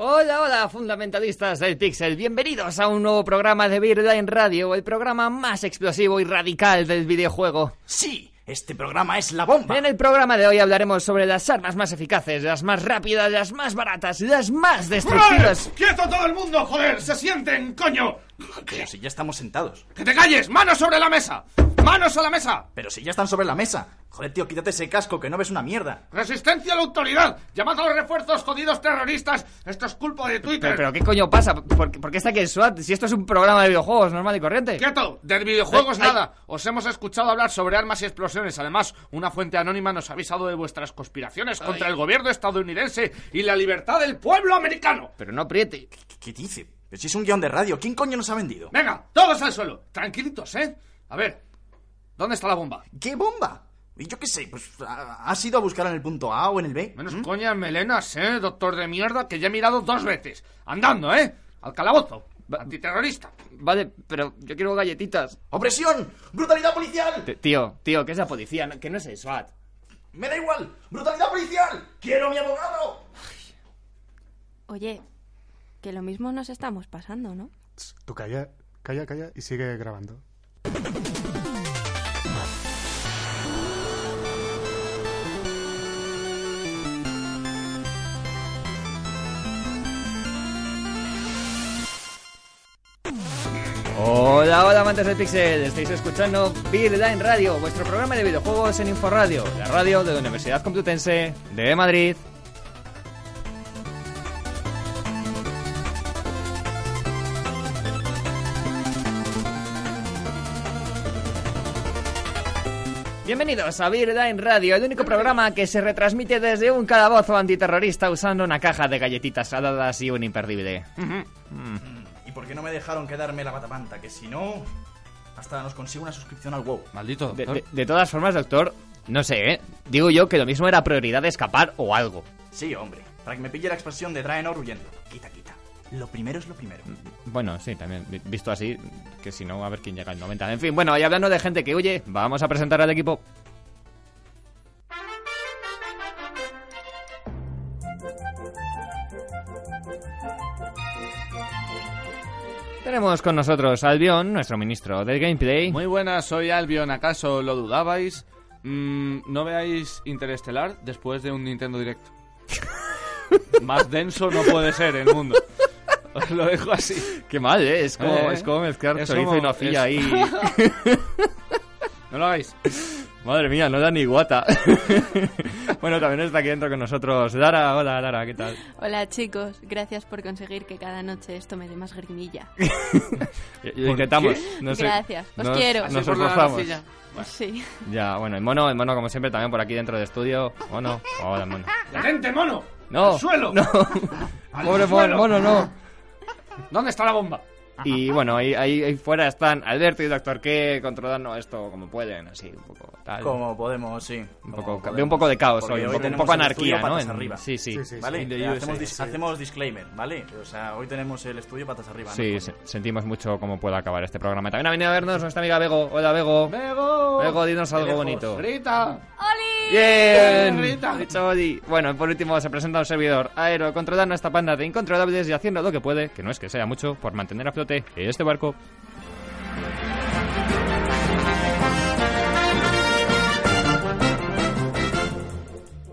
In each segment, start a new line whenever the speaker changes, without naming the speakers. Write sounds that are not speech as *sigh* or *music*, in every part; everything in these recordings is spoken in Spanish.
Hola fundamentalistas del Pixel, bienvenidos a un nuevo programa de Birla en Radio, el programa más explosivo y radical del videojuego.
Sí, este programa es la bomba.
En el programa de hoy hablaremos sobre las armas más eficaces, las más rápidas, las más baratas, las más destructivas.
¡Quieto todo el mundo, joder! ¡Se sienten, coño!
Pero si ya estamos sentados.
¡Que te calles! ¡Manos sobre la mesa! ¡Manos a la mesa!
Pero si ya están sobre la mesa. Joder, tío, quítate ese casco que no ves una mierda.
¡Resistencia a la autoridad! ¡Llamad a los refuerzos, jodidos terroristas! ¡Esto es culpa de Twitter!
Pero, pero ¿qué coño pasa? ¿Por, por qué está aquí el SWAT? Si esto es un programa de videojuegos normal y corriente.
¡Quieto! De videojuegos nada. Os hemos escuchado hablar sobre armas y explosiones. Además, una fuente anónima nos ha avisado de vuestras conspiraciones contra el gobierno estadounidense y la libertad del pueblo americano.
Pero no apriete.
¿Qué, qué dice? Pero si es un guión de radio, ¿quién coño nos ha vendido?
Venga, todos al suelo. Tranquilitos, ¿eh? A ver, ¿dónde está la bomba?
¿Qué bomba? Y yo qué sé, pues ha- has ido a buscar en el punto A o en el B.
Menos
¿Mm?
coña en melenas, ¿eh? Doctor de mierda, que ya he mirado dos veces. Andando, ¿eh? Al calabozo. Antiterrorista.
Vale, pero yo quiero galletitas.
¡Opresión! ¡Brutalidad policial!
T- Tío, tío, que es la policía, No- que no es el SWAT.
¡Me da igual! ¡Brutalidad policial! ¡Quiero a mi abogado!
Oye, que lo mismo nos estamos pasando, ¿no?
Tss, Tú calla, calla, calla y sigue grabando.
Hola, hola amantes del Pixel, estáis escuchando Birla en Radio, vuestro programa de videojuegos en Inforadio, la radio de la Universidad Complutense de Madrid. Bienvenidos a Birla en Radio, el único programa que se retransmite desde un calabozo antiterrorista usando una caja de galletitas saladas y un imperdible.
¿Y por qué no me dejaron quedarme la batapanta? Que si no... Hasta nos consigo una suscripción al WoW.
Maldito
De,
doctor.
de- de todas formas, doctor, no sé, ¿eh? Digo yo que lo mismo era prioridad de escapar o algo.
Sí, hombre. Para que me pille la expresión de Draenor huyendo. Quita, quita. Lo primero es lo primero.
Bueno, sí, también, vi- visto así, que si no, a ver quién llega al 90. En fin, bueno, y hablando de gente que huye, vamos a presentar al equipo. Tenemos con nosotros a Albion, nuestro ministro del gameplay.
Muy buenas, soy Albion, ¿acaso lo dudabais? Mm, no veáis Interestelar después de un Nintendo Direct.
*laughs*
Más denso no puede ser el mundo. Os lo dejo así.
Qué mal, ¿eh? Es como,
Eh,
es como mezclar
es
chorizo
como-
y nocilla
es-
*laughs* ahí.
No lo hagáis.
Madre mía, no da ni guata. *laughs* bueno, también está aquí dentro con nosotros Lara. Hola, Lara, ¿qué tal?
Hola chicos, gracias por conseguir que cada noche esto me dé más grimilla.
Lo intentamos. No sé.
Gracias, os
Nos-
quiero.
Nos
Así
por la
esforzamos.
nocilla.
Sí.
Ya, bueno, el mono, el mono como siempre también por aquí dentro del estudio. Mono. Hola, mono.
¡Detente, mono!
No.
¡Al suelo!
No. *laughs* Pobre mono,
suelo.
mono, no.
¿Dónde está la bomba?
Y bueno, ahí, ahí, ahí fuera están Alberto y Doctor K controlando esto como pueden, así un poco tal.
Como podemos, sí.
Un
Como
poco,
podemos.
veo un poco de caos
Porque
hoy, un
hoy
poco, un
tenemos
poco
el estudio
anarquía, ¿no?
patas
En-
arriba.
Sí, sí.
Sí, sí.
¿Vale?
In the USA,
hacemos, dis-
sí.
hacemos disclaimer, ¿vale? O sea, hoy tenemos el estudio patas arriba.
Sí,
¿no?
se- sentimos mucho cómo puede acabar este programa. También ha venido a vernos nuestra amiga Bego. Hola, Bego.
¡Bego!
Bego, dinos algo
lejos,
bonito.
*laughs*
¡Grita!
Bien.
Rita.
Ha dicho Odi. Bueno, por último se presenta un servidor aero controlando a esta panda de incontrolables y haciendo lo que puede, que no es que sea mucho, por mantener a flote este barco.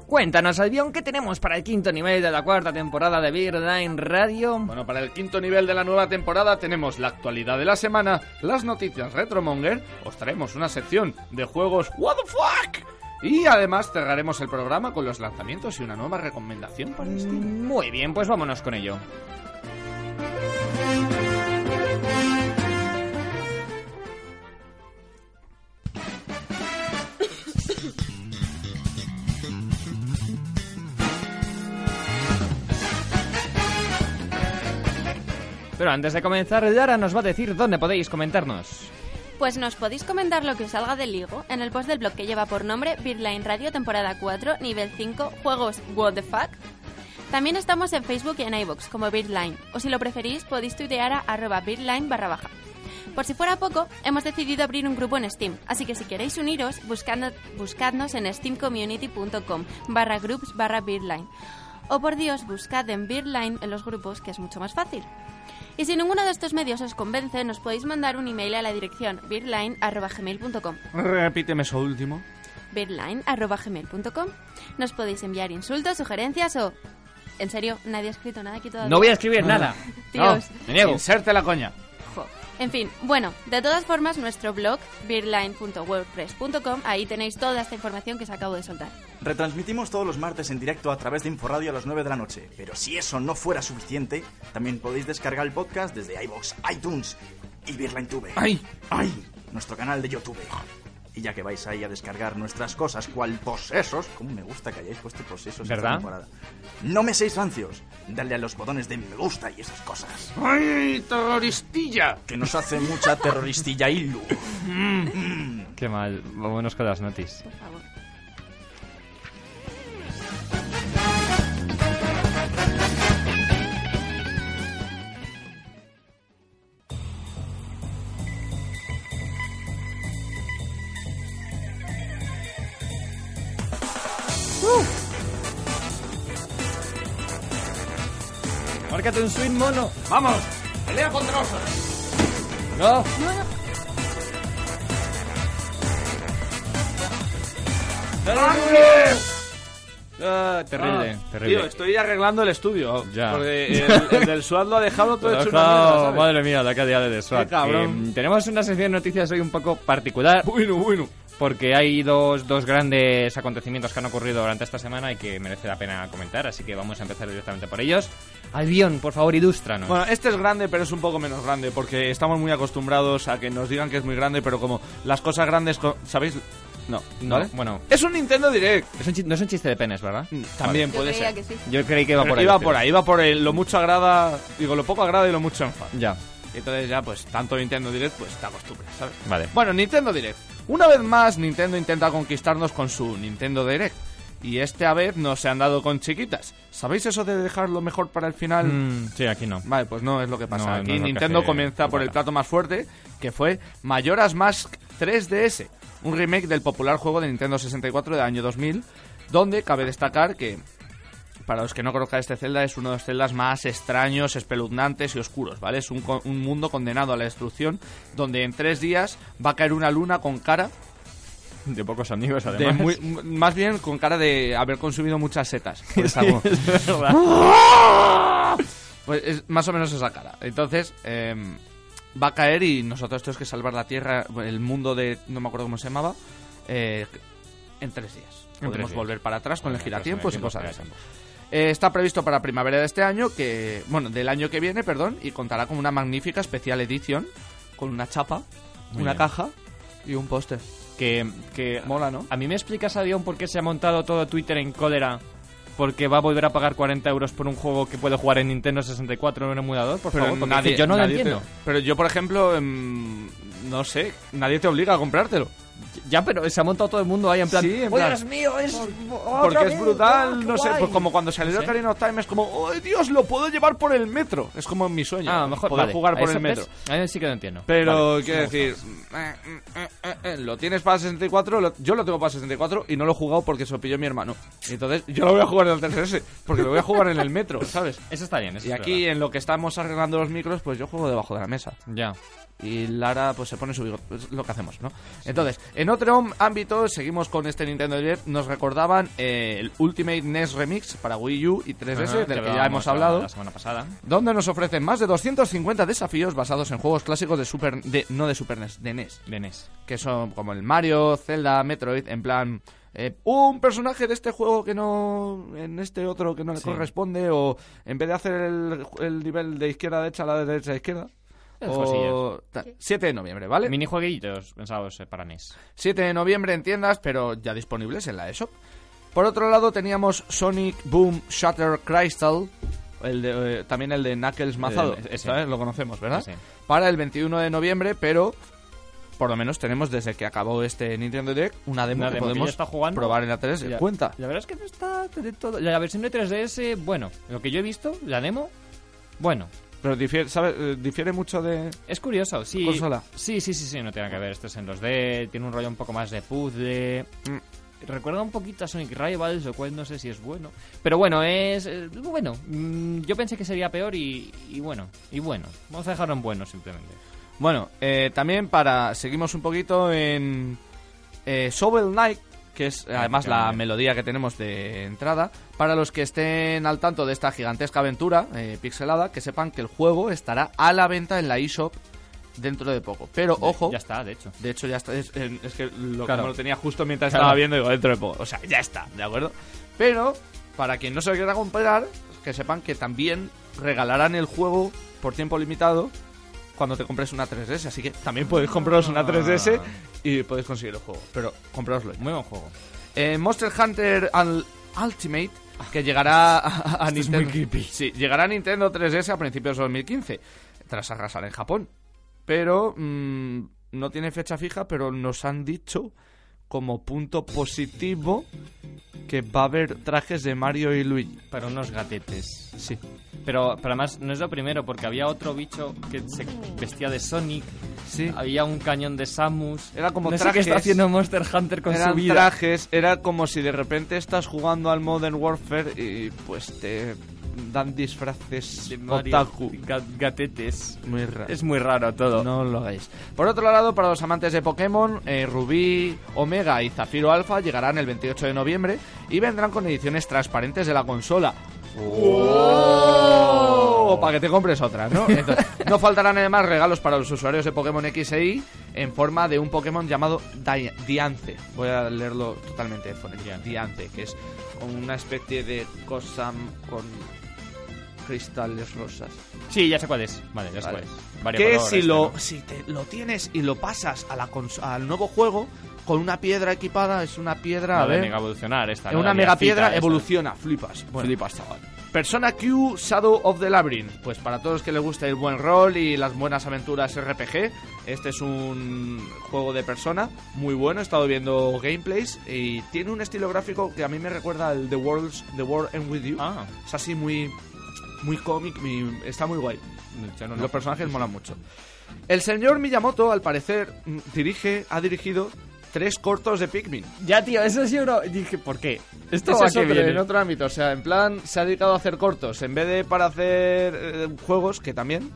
Cuéntanos, Albion, ¿qué tenemos para el quinto nivel de la cuarta temporada de Beer Line Radio?
Bueno, para el quinto nivel de la nueva temporada tenemos la actualidad de la semana, las noticias Retromonger, os traemos una sección de juegos What the fuck y además cerraremos el programa con los lanzamientos y una nueva recomendación para Steam.
Muy bien, pues vámonos con ello. Pero antes de comenzar, Lara nos va a decir dónde podéis comentarnos.
Pues nos podéis comentar lo que os salga del ligo en el post del blog que lleva por nombre Beatline Radio temporada 4, nivel 5, juegos What the fuck. También estamos en Facebook y en iVoox como Beatline, o si lo preferís podéis tuitear a arroba Beatline barra baja. Por si fuera poco, hemos decidido abrir un grupo en Steam, así que si queréis uniros, buscando- buscadnos en steamcommunity.com barra groups barra Beatline. O por Dios, buscad en Beerline en los grupos, que es mucho más fácil. Y si ninguno de estos medios os convence, nos podéis mandar un email a la dirección beerline.gmail.com
Repíteme eso último.
beerline.gmail.com Nos podéis enviar insultos, sugerencias o... En serio, nadie ha escrito nada aquí todavía.
No voy a escribir *laughs* nada.
Tíos.
No, me niego. Inserte la coña.
Jo. En fin, bueno, de todas formas, nuestro blog, beerline.wordpress.com, ahí tenéis toda esta información que os acabo de soltar.
Retransmitimos todos los martes en directo a través de Inforadio a las 9 de la noche. Pero si eso no fuera suficiente, también podéis descargar el podcast desde iBox, iTunes y Birline Tube.
¡Ay!
¡Ay! Nuestro canal de YouTube. Y ya que vais ahí a descargar nuestras cosas, cual posesos, como me gusta que hayáis puesto posesos esta
¿Verdad?
temporada. No me seis rancios. Dale a los botones de me gusta y esas cosas.
¡Ay, terroristilla!
Que nos hace mucha terroristilla *laughs* ilu.
Qué mal. Vámonos con las notis.
Por favor.
Márcate un swing mono.
¡Vamos! ¡Pelea contra osos!
No. Ah, terrible,
Ah,
terrible.
Tío, estoy arreglando el estudio.
Ya.
Porque el, el del SWAT lo ha dejado todo
Lo he
hecho una mierda,
dejado-
¿sabes?
madre mía, la calidad de SWAT.
Qué cabrón.
Eh, tenemos una sección de noticias hoy un poco particular
Bueno, bueno.
porque hay dos, dos grandes acontecimientos que han ocurrido durante esta semana y que merece la pena comentar, así que vamos a empezar directamente por ellos. Albion, por favor, ilústranos.
Bueno, este es grande, pero es un poco menos grande, porque estamos muy acostumbrados a que nos digan que es muy grande, pero como las cosas grandes, co- ¿sabéis? No,
No,
¿vale?
bueno.
Es un Nintendo Direct.
Es un chi- no es un chiste de penes, ¿verdad?
También
Yo
puede
creía
ser.
que sí.
Yo creí que iba
Mm. Pero
por ahí.
iba
tío.
por ahí, iba por el lo mucho agrada, digo, lo poco agrada y lo mucho enfada.
Ya,
Entonces ya, pues, tanto Nintendo Direct, pues te acostumbras, ¿sabes?
vale.
Bueno, Nintendo Direct. Una vez más, Nintendo intenta conquistarnos con su Nintendo Direct. Y esta vez no se han dado con chiquitas. ¿Sabéis eso de dejarlo mejor para el final?
Mm, sí, aquí no.
Vale, pues no es lo que pasa.
No, no
Aquí
es lo que
Nintendo
hace
comienza por el
Iwata.
plato más fuerte, que fue Majora's Mask 3DS, un remake del popular juego de Nintendo 64 del año 2000, donde cabe destacar que, para los que no conozcan este Zelda, es uno de los celdas más extraños, espeluznantes y oscuros, ¿vale? Es un, co- un mundo condenado a la destrucción, donde en tres días va a caer una luna con cara
De pocos amigos,
de *laughs* muy, m- más bien con cara de haber consumido muchas setas.
*laughs*
por esa voz. Pues es más o menos esa cara. Entonces, em, va a caer y nosotros tenemos que salvar la Tierra, el mundo de, no me acuerdo cómo se llamaba, eh, en tres días.
En
Podemos
tres días.
volver para atrás con
Bueno,
el
pues en el
giratiempos y
tiempo
cosas de
para
esas. Eh, está previsto para primavera de este año, que bueno, del año que viene, perdón, y contará con una magnífica especial edición, con una chapa,
Muy
una
bien.
caja y un póster.
Que, que
Mola, ¿no?
¿A mí me explicas, Avión, por qué se ha montado todo Twitter en cólera? Porque va a volver a pagar 40 euros por un juego que puede jugar en Nintendo 64 en un emulador, por favor. porque es que yo no lo
nadie te-
entiendo.
pero yo, por ejemplo, em, no sé, nadie te obliga a comprártelo.
Ya, pero se ha montado todo el mundo ahí en plan.
Sí, en
"Oye,
plan,
Dios mío, es. otra
Porque es
vez, ah,
brutal,
qué
no sé,
guay".
pues como cuando salió
No sé.
Ocarina of Time es como, ¡oh Dios, lo puedo llevar por el metro! Es como mi sueño,
Ah, a lo mejor
poder
vale,
jugar
a
por
eso
el metro.
ves, A mí sí que lo entiendo.
Pero,
Vale,
quiero
me gusta.
decir, eh, eh, eh, eh, lo tienes para 64, lo- yo lo tengo para 64 y no lo he jugado porque se lo pilló mi hermano. Entonces, yo lo voy a jugar en el 3DS, porque lo voy a jugar en el metro, ¿sabes?
*laughs* Eso está bien, eso
Y
es
aquí, en lo que estamos arreglando los micros, pues yo juego debajo de la mesa.
verdad. Ya.
Y Lara pues se pone su bigote, es lo que hacemos, ¿no? Entonces, en otro am- ámbito, seguimos con este Nintendo Direct, nos recordaban eh, el Ultimate NES Remix para Wii U y 3DS,
Ajá,
del que ya
hablábamos
hemos
la-
hablado,
La semana pasada.
donde nos ofrecen más de 250 desafíos basados en juegos clásicos de Super... De, no de Super NES, de E NES,
De E NES.
que son como el Mario, Zelda, Metroid, en plan... eh, un personaje de este juego que no... en este otro que no le
Sí.
corresponde, o en vez de hacer el, el nivel de izquierda a derecha, la de derecha a izquierda...
Esas
O... ta- 7 de noviembre, ¿vale?
Minijueguitos pensados eh, para NES.
7 de noviembre en tiendas, pero ya disponibles en la eShop. Por otro lado teníamos Sonic Boom Shatter Crystal, el de, eh, también el de Knuckles Mazado,
ese.
¿sabes? Lo conocemos, ¿verdad?
Ese.
Para el 21 de noviembre, pero por lo menos tenemos desde que acabó este Nintendo Direct una demo
Una
que
demo que
podemos
ya está jugando.
probar en la 3
Ya.
Cuenta.
La verdad es que no está de todo. La versión de 3DS, bueno, lo que yo he visto, la demo, bueno.
Pero difiere, ¿sabes? Eh, difiere mucho de...
Es curioso, sí.
Consola.
Sí, sí, sí, sí, no tiene nada que ver. Esto es en 2D, tiene un rollo un poco más de puzzle.
Mm.
Recuerda un poquito a Sonic Rivals, lo cual no sé si es bueno. Pero bueno, es. eh, Bueno, mm, yo pensé que sería peor y, y bueno, y bueno. Vamos a dejarlo en bueno simplemente.
Bueno, eh, también para. Seguimos un poquito en. eh, Shovel Knight, que es eh, además la
Ah, Efectivamente.
melodía que tenemos de entrada. Para los que estén al tanto de esta gigantesca aventura eh, pixelada, que sepan que el juego estará a la venta en la eShop dentro de poco. Pero ojo.
Ya está, de hecho.
De hecho, ya está. Es, en- es que lo,
Claro.
como lo tenía justo mientras
Claro.
estaba viendo, digo, dentro de poco. O sea, ya está, ¿de acuerdo? Pero, para quien no se lo quiera comprar, que sepan que también regalarán el juego por tiempo limitado cuando te compres una 3DS. Así que también podéis compraros una 3DS y podéis conseguir el juego. Pero comprároslo. ya.
Muy buen juego.
Eh, Monster Hunter Al- Ultimate, que llegará a, a
Esto es
Nintendo.
muy creepy.
Sí, llegará a Nintendo 3DS a principios de 2015, tras arrasar en Japón. Pero mm, no tiene fecha fija, pero nos han dicho como punto positivo que va a haber trajes de Mario y Luigi.
Para unos gatetes.
Sí.
Pero, pero además no es lo primero, porque había otro bicho que se vestía de Sonic,
Sí.
había un cañón de Samus.
Era como
no sé qué
trajes.
está haciendo Monster Hunter con
Eran
su vida.
trajes, era como si de repente estás jugando al Modern Warfare y pues te dan disfraces
De Mario,
otaku.
ga- gatetes.
Muy raro.
Es muy raro todo.
No lo hagáis. Por otro lado, para los amantes de Pokémon, eh, Rubí, Omega y Zafiro Alpha llegarán el 28 de noviembre y vendrán con ediciones transparentes de la consola. O para que te compres otra, ¿no? Entonces, no faltarán además regalos para los usuarios de Pokémon X e Y en forma de un Pokémon llamado Dia- Diance. Voy a leerlo totalmente fonética. Diance, que es como una especie de cosa con cristales rosas.
Sí, ya sé cuál es. Vale, ya sé
Vale.
cuál es. Vario
Que
color,
si
este,
lo,
¿no?
si te, lo tienes y lo pasas a la cons- al nuevo juego con una piedra equipada, es una piedra, Ah, a
Vale,
ver,
mega evolucionar esta.
en
¿no?
una
La
mega
viajita
piedra
esta. ¿eh?
evoluciona, flipas, flipas, chaval. Persona Q Shadow of the Labyrinth, pues para todos que les gusta el buen rol y las buenas aventuras RPG, este es un juego de persona muy bueno, he estado viendo gameplays y tiene un estilo gráfico que a mí me recuerda al The World's The World and With You.
Ah,
Es así muy muy cómic, muy- está muy guay.
yo no-
Los personajes molan mucho. El señor Miyamoto, al parecer, mm, dirige, ha dirigido tres cortos de Pikmin.
Ya, tío, eso sí, bro. Dije, ¿por qué? Esto
Ese
va
es
que
otro,
viene.
en otro ámbito, o sea, en plan se ha dedicado a hacer cortos, en vez de para hacer eh, juegos, que también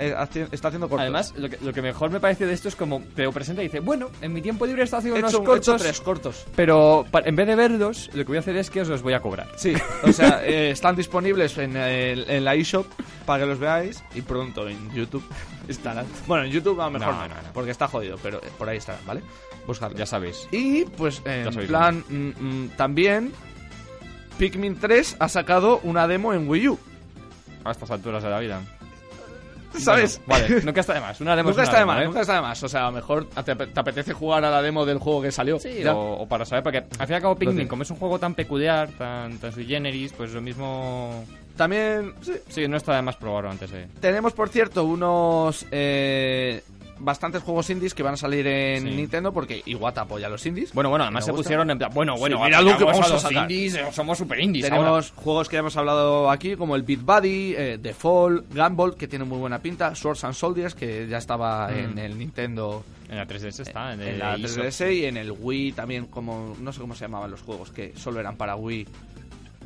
eh, hace- está haciendo cortos.
Además, lo que, lo que mejor me parece de esto es como te lo presenta y dice, bueno, en mi tiempo libre he estado
he
haciendo
hecho,
unos
un- he hecho
cortos,
tres cortos.
pero pa- en vez de verlos, lo que voy a hacer es que os los voy a cobrar.
Sí, o *laughs* sea, eh, están disponibles en, el- en la eShop para que los veáis y pronto en YouTube estarán. Bueno, en YouTube a lo mejor
No,
no,
no, no.
porque está jodido, pero eh, por ahí estarán, ¿vale? Buscadlo.
Ya sabéis.
Y pues eh,
Ya
en
sabéis
plan mm, mm, también Pikmin 3 ha sacado una demo en Wii U.
A estas alturas de la vida.
¿Sabes?
Bueno, vale, nunca está de más. Una
*laughs*
demo es
nunca
una
está de
demo,
más,
¿eh?
nunca está de más. O sea, a lo mejor te, ape- te apetece jugar a la demo del juego que salió.
Sí,
Ya.
o, o para saber, porque al fin y al cabo Pikmin,
tiene.
como es un juego tan peculiar, tan, tan sui generis, pues lo mismo...
También sí,
Sí, no está de más probarlo antes de...
tenemos, por cierto, unos eh, bastantes juegos indies que van a salir en
Sí.
Nintendo porque Iwata apoya a los indies.
Bueno, bueno, además
Me
se
gusta.
pusieron en plan... Bueno, bueno,
Sí, mira lo que
apoyamos
vamos a
los
sacar.
indies, eh, somos super indies ahora.
Tenemos juegos que ya hemos hablado aquí, como el Beat Buddy, eh, The Fall, Gumball, que tiene muy buena pinta, Swords and Soldiers, que ya estaba
Mm.
en el Nintendo
En la 3DS está, en,
en la 3DS y en el Wii también, como no sé cómo se llamaban los juegos, que solo eran para Wii,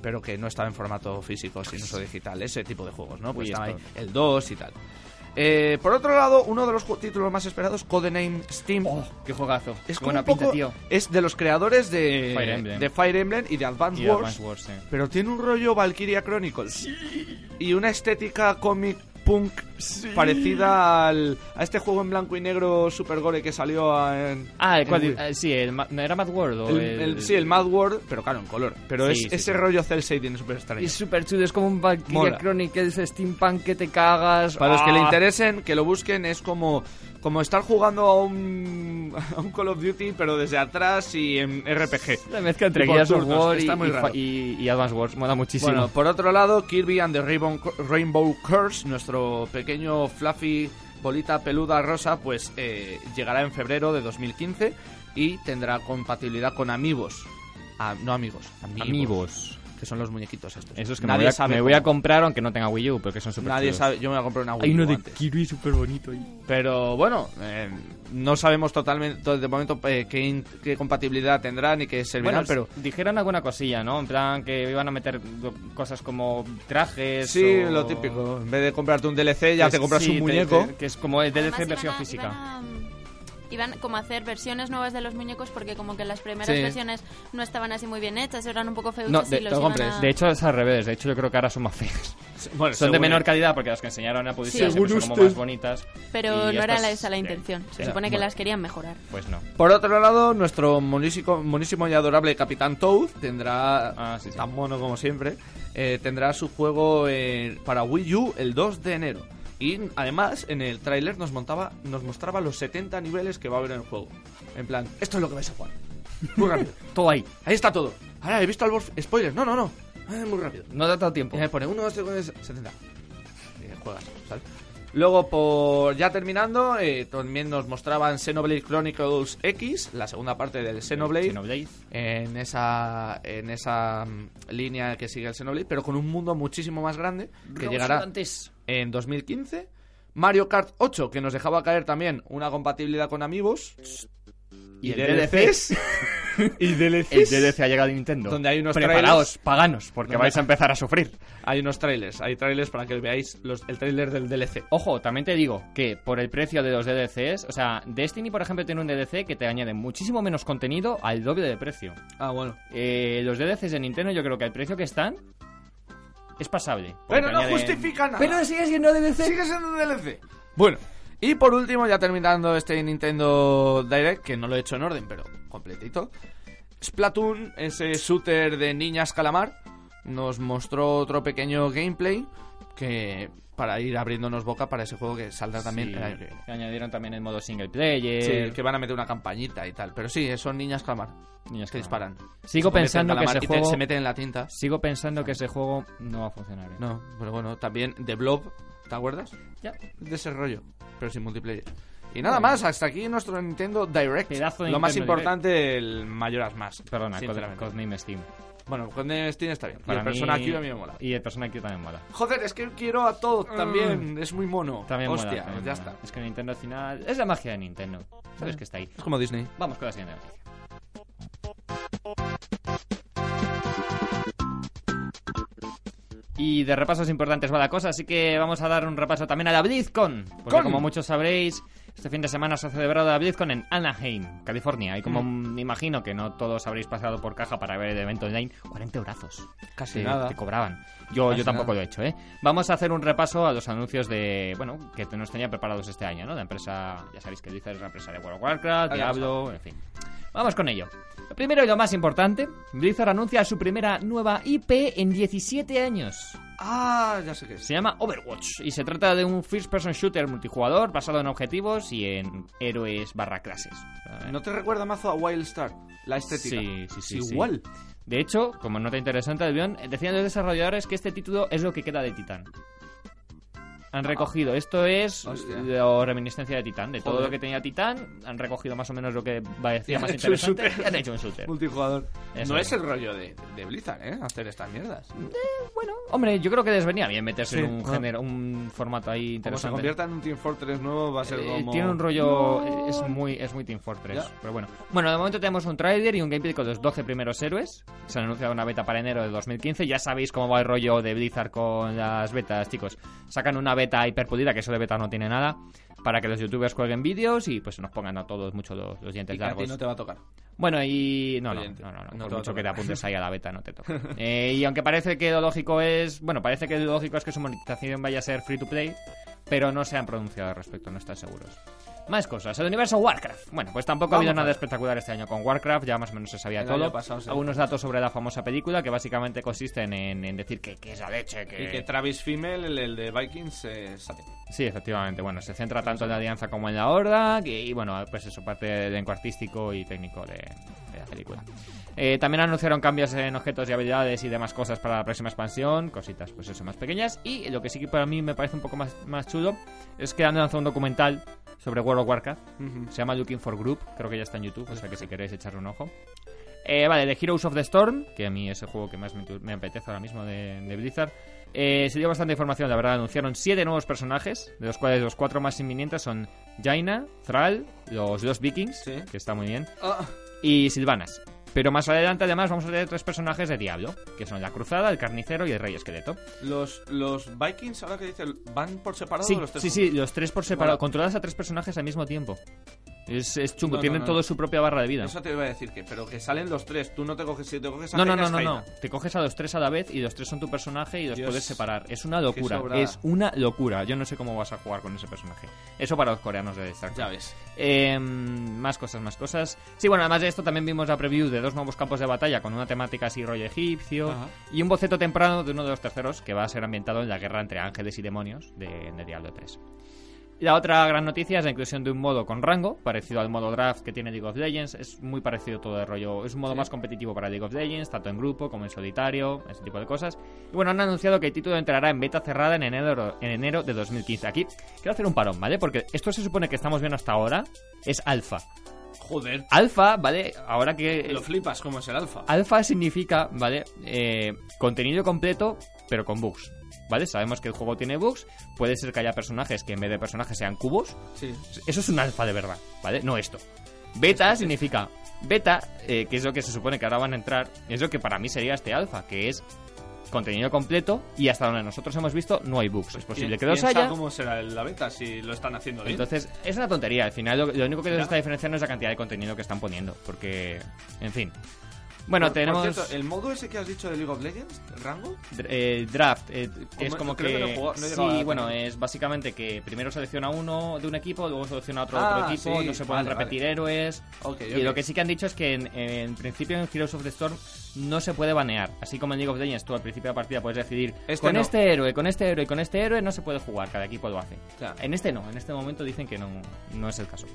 pero que no estaba en formato físico, sino solo digital, ese tipo de juegos, ¿no?
Pues
Pues
Wii
estaba ahí
Store.
el 2 y tal. Eh, por otro lado, uno de los ju- títulos más esperados, Codename Steam.
Oh, qué juegazo.
es
Qué
como
buena
un poco-
pinta, tío.
Es de los creadores de
Fire Emblem.
de Fire Emblem y de Advance
Y
Wars.
Advance Wars, sí.
Pero tiene un rollo Valkyria Chronicles. Y una estética cómic punk parecida al, a este juego en blanco y negro super gore que salió a- en...
Ah, el
en
cual-
Wii.
eh, sí, el, ma- ¿no era Mad World o
El-
el,
el- sí, el Mad World, pero claro, en color. Pero
Sí,
es
sí,
ese
sí.
rollo cel shading super extraño.
Es súper chulo, es como un Valkyria
Mola.
Chronicles steampunk que te cagas.
Para los que le
Ah.
interesen, que lo busquen, es como, como estar jugando a un, a un Call of Duty, pero desde atrás y en RPG.
La mezcla
Y
entre
por
Gears of
turnos,
War y,
está muy
y
raro.
fa- y- y Advance Wars, mola muchísimo.
Bueno, por otro lado, Kirby and the Rainbow, Rainbow Curse, nuestro pequeño fluffy bolita peluda rosa, pues eh, llegará en febrero de 2015 y tendrá compatibilidad con amigos. Ah, no amigos, amigos.
amigos.
que son los muñequitos estos.
Esos que me
Nadie
voy, a,
sabe
me voy a
cómo.
comprar aunque no tenga Wii U, pero que son super
Nadie sabe, yo me voy a comprar una Wii
Hay uno
U
de
antes.
Kirby súper bonito ahí.
Pero bueno, eh, no sabemos totalmente de momento eh, qué, in- qué compatibilidad tendrán y qué servirán,
Bueno,
pero
pero dijeron alguna cosilla, ¿no? En plan que iban a meter do- cosas como trajes.
sí,
o-
lo típico. En vez de comprarte un DLC, ya
que
te compras
sí,
un
te-
muñeco.
te- que es como el
Además,
DLC
iban
versión
a-
física.
Iban, a- iban como a hacer versiones nuevas de los muñecos porque como que las primeras
Sí.
versiones no estaban así muy bien hechas, eran un poco feuchas
No,
y
de, te
los
lo
iban
compres.
a-
De hecho es al revés. De hecho yo creo que ahora son más feas.
Bueno,
Son de
seguro.
menor calidad porque las que enseñaron a publicidad
Según
siempre son como
usted.
más bonitas.
Pero
Y
no era
estas-
la- esa la
eh,
intención. Se
ya,
supone que
bueno,
las querían mejorar.
Pues no.
Por otro lado, nuestro monísico- monísimo y adorable Capitán Toad tendrá,
Ah, sí, sí.
tan mono como siempre, eh, tendrá su juego eh, para Wii U el 2 de enero. Y además, en el tráiler nos, montaba- nos mostraba los 70 niveles que va a haber en el juego. En plan, esto es lo que vais a jugar. Muy
*laughs*
rápido.
Todo ahí.
Ahí está todo. Ahora, he visto al boss... Spoiler. No, no, no. Ah, Muy rápido.
No da tanto tiempo.
Y me pone 1, 2, 3, 70. Eh, juegas, ¿sabes? Luego, por ya terminando, eh, también nos mostraban Xenoblade Chronicles X, la segunda parte del Xenoblade,
Xenoblade.
en esa en esa mm, línea que sigue el Xenoblade, pero con un mundo muchísimo más grande que llegará en 2015. Mario Kart 8, que nos dejaba caer también una compatibilidad con amigos
Y, el
DLCs. *laughs*
DLC.
y DLCs.
El DLC ha llegado a Nintendo.
Donde hay unos
Preparaos,
trailers.
paganos, porque
Donde-
vais a empezar a sufrir.
Hay unos trailers, hay trailers para que veáis los, el trailer del DLC.
Ojo, también te digo que por el precio de los DLCs, o sea, Destiny, por ejemplo, tiene un DLC que te añade muchísimo menos contenido al doble de precio.
Ah, bueno.
Eh, los DLCs de Nintendo, yo creo que al precio que están, es pasable. porque
Pero
te
no
añaden-
justifica nada.
Pero sigue siendo DLC.
Sigue siendo DLC. Bueno, y por último, ya terminando este Nintendo Direct, que no lo he hecho en orden, pero completito. Splatoon, ese shooter de niñas calamar, nos mostró otro pequeño gameplay que para ir abriéndonos boca para ese juego que saldrá también
Sí,
el año que viene.
te eh, añadieron también el modo single
Sí,
player.
que van a meter una campañita y tal. Pero sí, son niñas calamar
Niñas
que
calamar.
disparan.
Sigo
Se convierten en
pensando que
calamar
ese
y te-
juego-
se meten en la tinta.
Sigo pensando que ese juego no va a funcionar. ¿eh?
No, pero bueno, también The Blob, ¿te acuerdas?
Ya.
De ese rollo, pero sin multiplayer. Y nada más, hasta aquí nuestro Nintendo Direct.
Pedazo de
Lo más
Nintendo
importante, el mayoras más.
Perdona,
sinceramente.
Cod- Codename Steam.
Bueno, con Steam está bien. y
Para
el Persona
mí-
Q a mí me mola.
Y el Persona Q también mola.
Joder, es que quiero a Todd también. Es muy mono.
También mola,
Hostia, pues
también
ya
mola.
está.
Es que Nintendo al final. Es la magia de Nintendo. Sabes que está ahí.
Es como Disney.
Vamos con la siguiente noticia. Y de repasos importantes va la cosa, así que vamos a dar un repaso también a la BlizzCon. Porque
Con.
como muchos sabréis, este fin de semana se ha celebrado la BlizzCon en Anaheim, California. Y como
Mm.
me imagino que no todos habréis pasado por caja para ver el evento online, 40 eurazos.
Casi
te,
nada.
te cobraban. Yo,
Casi
yo tampoco
nada.
lo he hecho, ¿eh? Vamos a hacer un repaso a los anuncios de, bueno, que nos tenía preparados este año, ¿no? La empresa, ya sabéis que dice es la empresa de World of Warcraft,
Ahí
Diablo, en fin. Vamos con ello. Lo primero y lo más importante, Blizzard anuncia su primera nueva IP en 17 años.
Ah, ya sé qué es.
Se llama Overwatch y se trata de un first-person shooter multijugador basado en objetivos y en héroes barra clases.
¿No te recuerda mazo a Wildstar? La estética.
Sí, sí, sí,
Es
sí.
Igual.
De hecho, como nota interesante, Albion, decían los desarrolladores que este título es lo que queda de Titán. Han recogido, esto es
Hostia.
la reminiscencia de Titán, de todo
Joder.
lo que tenía Titán, han recogido más o menos lo que
Y
parecía
han *laughs*
más
hecho un
interesante
shooter.
y han hecho un shooter.
Multijugador.
Eh, Eso
no
es.
es el rollo de, de Blizzard, ¿eh? Hacer estas mierdas.
Bueno, hombre, yo creo que les venía bien meterse
Sí,
en un
ah.
género, un formato ahí
Como se
interesante.
convierta en un Team Fortress nuevo, va a ser
Eh,
como.
Tiene un rollo. eh, Es muy, es muy Team Fortress.
Ya.
Pero bueno. Bueno, de momento tenemos un tráiler y un gameplay con los 12 primeros héroes. Se han anunciado una beta para enero de 2015. Ya sabéis cómo va el rollo de Blizzard con las betas, chicos. Sacan una beta hiperpulida, que eso de beta no tiene nada. Para que los youtubers jueguen vídeos y pues nos pongan a todos mucho los, los dientes
Y que a ti
largos.
no te va a tocar.
Bueno, y. No, no, no,
Oyente,
no, no,
no
por
te va a
mucho que te
tocar.
apuntes ahí a la beta, no te
*laughs*
toca. Eh, y aunque parece que lo lógico es. Bueno, parece que lo lógico es que su monetización vaya a ser free to play, pero no se han pronunciado al respecto, no están seguros. Más cosas, el universo Warcraft. Bueno, pues tampoco ha
Vamos
habido
a
nada
ver.
espectacular este año con Warcraft, ya más o menos se sabía
El
todo.
año pasado, sí.
Algunos datos sobre la famosa película que básicamente consisten en, en decir que, que es la leche,
Y que Travis Fimmel, el, el de Vikings, eh, sale.
Sí, efectivamente. Bueno, se centra tanto en la alianza como en la horda. que- y bueno, pues eso, parte del elenco artístico y técnico de, de la película. Eh, también anunciaron cambios en objetos y habilidades y demás cosas para la próxima expansión. Cositas, pues eso, más pequeñas. Y lo que sí que para mí me parece un poco más, más chulo es que han lanzado un documental sobre World of Warcraft. Se llama Looking for Group. Creo que ya está en YouTube, o sea que si queréis echarle un ojo. Eh, vale, The Heroes of the Storm, que a mí es el juego que más me, entu- me apetece ahora mismo de, de Blizzard. Eh, se dio bastante información, la verdad. Anunciaron siete nuevos personajes, de los cuales los cuatro más inminentes son Jaina, Thrall, los dos vikings,
Sí.
que está muy bien,
Ah,
y Silvanas. Pero más adelante, además, vamos a tener tres personajes de Diablo, que son la Cruzada, el Carnicero y el Rey Esqueleto.
los, los Vikings, ahora que dicen, ¿van por separado
Sí,
Ah, los tres?
sí, sí,
juntos?
los tres por separado.
Bueno.
Controladas a tres personajes al mismo tiempo. Es, es chungo,
No, no,
tienen
no,
todo
no.
su propia barra de vida.
Eso te iba a decir que, pero que salen los tres. Tú no te coges, si te coges a
No, no,
Jaina,
no,
es
no, no.
Jaina.
Te coges a los tres a la vez y los tres son tu personaje y los
Dios,
puedes separar. Es una locura.
sobrada.
Es una locura. Yo no sé cómo vas a jugar con ese personaje. Eso para los coreanos de Star
Ya ves.
Eh, más cosas, más cosas. Sí, bueno, además de esto también vimos la preview de dos nuevos campos de batalla con una temática así rollo egipcio
Ajá.
y un boceto temprano de uno de los terceros que va a ser ambientado en la guerra entre ángeles y demonios de, de Diablo 3. La otra gran noticia es la inclusión de un modo con rango, parecido al modo draft que tiene League of Legends. Es muy parecido todo el rollo. Es un modo más competitivo para League of Legends, tanto en grupo como en solitario, ese tipo de cosas. Y bueno, han anunciado que el título entrará en beta cerrada en enero, en enero de 2015. Aquí quiero hacer un parón, ¿vale? Porque esto se supone que estamos viendo hasta ahora. Es alfa.
Joder,
Alfa, ¿vale? Ahora que.
lo flipas como es el alfa.
Alfa significa, ¿vale? Eh, contenido completo, pero con bugs. ¿Vale? Sabemos que el juego tiene bugs. Puede ser que haya personajes que en vez de personajes sean cubos.
Sí.
Eso es un alfa de verdad, ¿vale? No esto. Beta significa. Beta, eh, que es lo que se supone que ahora van a entrar, es lo que para mí sería este alfa, que es contenido completo y hasta donde nosotros hemos visto no hay bugs. Es posible que los
Piensa
haya.
cómo será la beta si lo están haciendo bien.
Entonces, es una tontería. Al final, lo, lo único que nos
Ya.
está diferenciando es la cantidad de contenido que están poniendo. Porque, en fin. Bueno,
Por- por
tenemos.
cierto, el modo ese que has dicho de League of Legends, ¿rango?
Dr- eh, draft eh, es
Como-
como
creo
que,
que no he jugado- no he llegado
sí
a-
bueno es básicamente que primero selecciona uno de un equipo luego selecciona otro de
Ah,
otro equipo
sí,
no se pueden
vale,
repetir héroes
Ok,
y
ok.
lo que sí que han dicho es que en, en principio en Heroes of the Storm no se puede banear así como en League of Legends tú al principio de la partida puedes decidir
Este
con
no.
este héroe con este héroe con este héroe no se puede jugar cada equipo lo hace
Claro.
en este no en este momento dicen que no no es el caso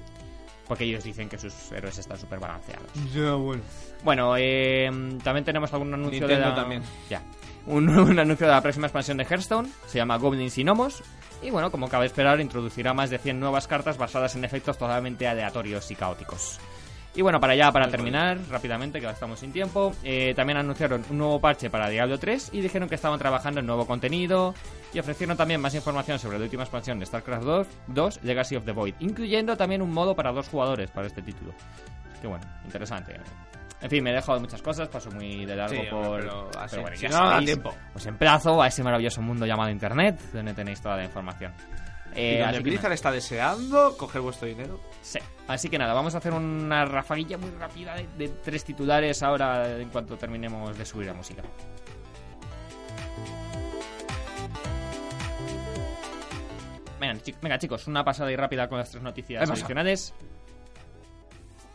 porque ellos dicen que sus héroes están súper balanceados
Ya, bueno.
bueno, eh, también tenemos algún anuncio
Nintendo
de la...
también.
Ya. Un, un anuncio de la próxima expansión de Hearthstone, se llama Goblins y Gnomos. Y bueno, como cabe esperar, introducirá más de 100 nuevas cartas basadas en efectos totalmente aleatorios y caóticos. Y bueno, para ya, para terminar rápidamente, que ya estamos sin tiempo, eh, también anunciaron un nuevo parche para Diablo 3 y dijeron que estaban trabajando en nuevo contenido y ofrecieron también más información sobre la última expansión de StarCraft 2, 2 Legacy of the Void, incluyendo también un modo para dos jugadores para este título. Así que bueno, interesante. En fin, me he dejado muchas cosas, paso muy de largo
Sí,
por...
pero así,
bueno,
si
ya
no, no da
sabéis,
tiempo.
Os emplazo a ese maravilloso mundo llamado Internet, donde tenéis toda la información. Eh,
y donde
así que nada.
Blizzard está deseando coger vuestro dinero.
Sí. Así que nada, vamos a hacer una rafaguilla muy rápida de, de tres titulares ahora en cuanto terminemos de subir la música. Venga, chi- venga, chicos, una pasada y rápida con las tres noticias
Ahí pasa.
adicionales.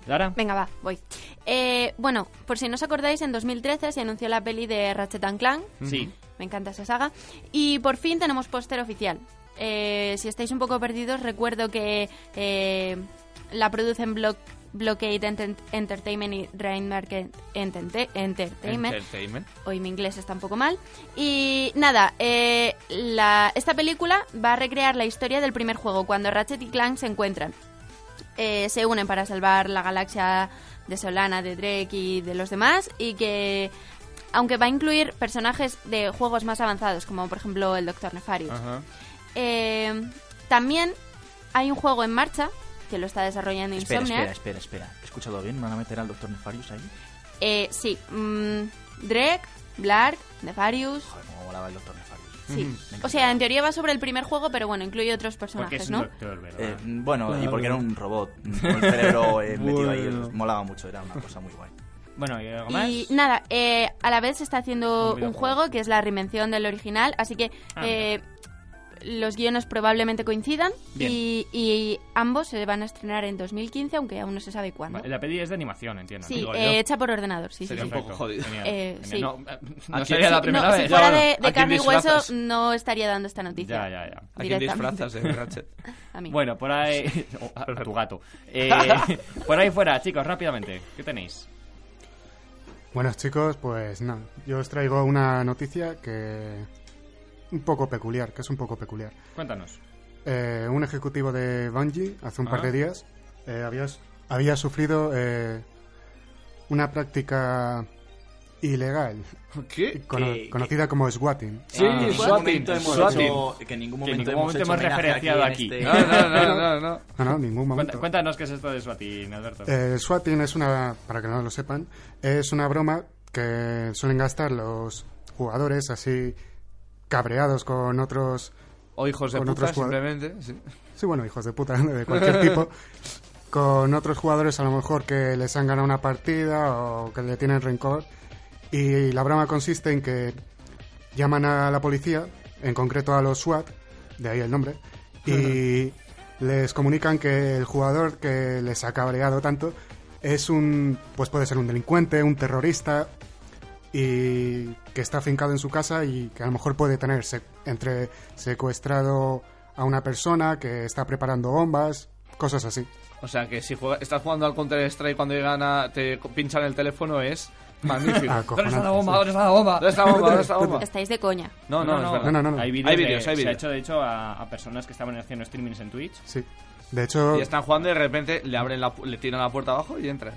Lara,
Venga, va, voy. Eh, bueno, por si no os acordáis, en 2013 se anunció la peli de Ratchet and Clank.
sí,
Me encanta esa saga. Y por fin tenemos póster oficial. Eh, si estáis un poco perdidos, recuerdo que eh, la producen Block, Blockade Enten- Entertainment y Rainmark Enten- Enten- Entertainment.
Entertainment.
Hoy mi inglés está un poco mal. Y nada, eh, la- esta película va a recrear la historia del primer juego, cuando Ratchet y Clank se encuentran. Eh, se unen para salvar la galaxia de Solana, de Drake y de los demás. Y que, aunque va a incluir personajes de juegos más avanzados, como por ejemplo el Doctor Nefarius.
Ajá.
Eh, también hay un juego en marcha que lo está desarrollando
Espera,
Insomniac.
espera, espera, espera. ¿He escuchado bien? ¿Me van a meter al Doctor Nefarius ahí?
Eh, sí, mm, Drake, Blark, Nefarius.
Joder, cómo volaba el Doctor Nefarius.
Sí.
Me encanta.
O sea, en teoría va sobre el primer juego, pero bueno, incluye otros
porque
personajes,
es un
¿no?
doctor, ¿verdad?
Eh, bueno, y porque era un robot *laughs* mm, con el cerebro eh, metido ahí, molaba mucho, era una cosa muy guay. Ah.
Bueno, ¿y algo más?
Y nada, eh, a la vez se está haciendo
Un
un, juego que es la reinvención del original, así que
Ah,
eh, los guiones probablemente coincidan
Bien.
y, y ambos se van a estrenar en 2015, aunque aún no se sabe cuándo.
Vale, La peli es de animación, entiendo.
sí,
Digo,
eh, hecha por ordenador, sí, sí,
Sería
sí.
un poco jodido.
genial,
Eh,
genial.
sí.
No, no
quién-
sería la
Sí,
primera
no,
vez.
Si
Ya,
fuera
bueno,
de,
¿a
de
quién
carne y hueso,
disfrazas?
no estaría dando esta noticia.
ya, ya, ya.
¿A quién
Directamente.
disfrazas de Ratchet?
*laughs*
A mí.
Bueno, por ahí. o a, a tu gato. Eh, por ahí fuera, chicos, rápidamente. ¿Qué tenéis?
Bueno, chicos, pues nada. Yo os traigo una noticia que. un poco peculiar, que es un poco peculiar.
Cuéntanos.
Eh, un ejecutivo de Bungie hace un par
Ah.
de días eh, había, había sufrido eh, una práctica ilegal
¿Qué?
cono-
Que-
conocida como swatting.
Sí,
que en ningún
swatting,
momento hemos
swatting.
hecho- que en ningún
Que en
momento
ningún
hemos,
momento
hecho
hemos
homenaje
referenciado
en
aquí.
este-
No, no, no, no, no.
No, no, ningún
Cuenta-
momento.
Cuéntanos qué es esto de Swatin, Alberto.
El Eh, swatting es una, para que no lo sepan, es una broma que suelen gastar los jugadores así cabreados con otros
O Oh, hijos de
Con
puta,
otros jugadores.
simplemente. sí.
Sí, bueno, hijos de puta, *laughs* de cualquier tipo. Con otros jugadores a lo mejor que les han ganado una partida o que le tienen rencor. Y la broma consiste en que llaman a la policía, en concreto a los SWAT, de ahí el nombre, y les comunican que el jugador que les ha cabreado tanto es un, pues puede ser un delincuente, un terrorista, y que está afincado en su casa y que a lo mejor puede tener sec- entre secuestrado a una persona que está preparando bombas, cosas así.
O sea que si juega- estás jugando al Counter Strike cuando llegan a, te co- pinchan el teléfono es
*laughs*
magnífico.
¿Dónde está
Ah, Acojonante,
la bomba?
sí.
¿Dónde está la bomba?
¿Dónde está la bomba? ¿Dónde está la
*laughs*
bomba?
Estáis de coña.
No, no, es verdad.
no, no, no.
Hay vídeos,
Hay
de-
vídeos, hay
se ha
vídeos.
hecho de hecho a, a personas que estaban haciendo streamings en Twitch.
Sí. De hecho,
Y están jugando y de repente le abren la, pu- le tiran la puerta abajo y entran.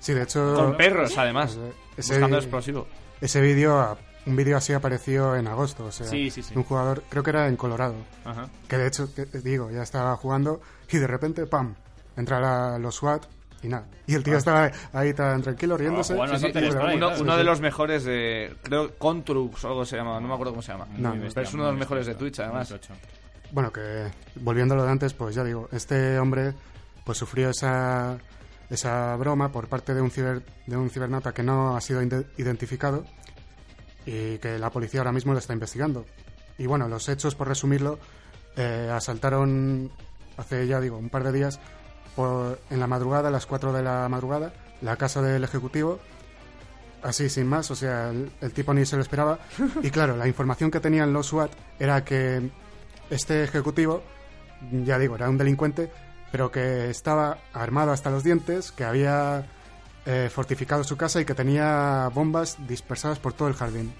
sí, de
Con
hecho
perros, además.
Ese-
Buscando explosivo.
ese vídeo, a- un vídeo así apareció en agosto, o sea,
Sí, sí, sí.
un jugador, creo que era en Colorado,
Ajá.
que de hecho, que- digo, ya estaba jugando y de repente, pam, entra la- los SWAT y nada. Y el
Ah.
tío estaba ahí tan tranquilo riéndose.
jugando al
Sí, sí,
Counter
y-
Strike,
Uno,
claro,
uno
sí,
de
sí.
los mejores de. Creo Contrux o algo se llama, no me acuerdo cómo se llama.
No,
Muy
no.
bestia,
Pero es uno de los
muy
mejores
bestia,
de Twitch,
muy
además.
tocho.
Bueno, que volviendo a lo de antes, pues ya digo, este hombre pues sufrió esa, esa broma por parte de un, ciber, de un cibernauta que no ha sido inde- identificado y que la policía ahora mismo lo está investigando. Y bueno, los hechos, por resumirlo, eh, asaltaron hace ya digo un par de días por- en la madrugada, a las 4 de la madrugada, la casa del Ejecutivo. Así, sin más, o sea, el, el tipo ni se lo esperaba. Y claro, la información que tenían los SWAT era que este ejecutivo, ya digo, era un delincuente, pero que estaba armado hasta los dientes, que había eh, fortificado su casa y que tenía bombas dispersadas por todo el jardín.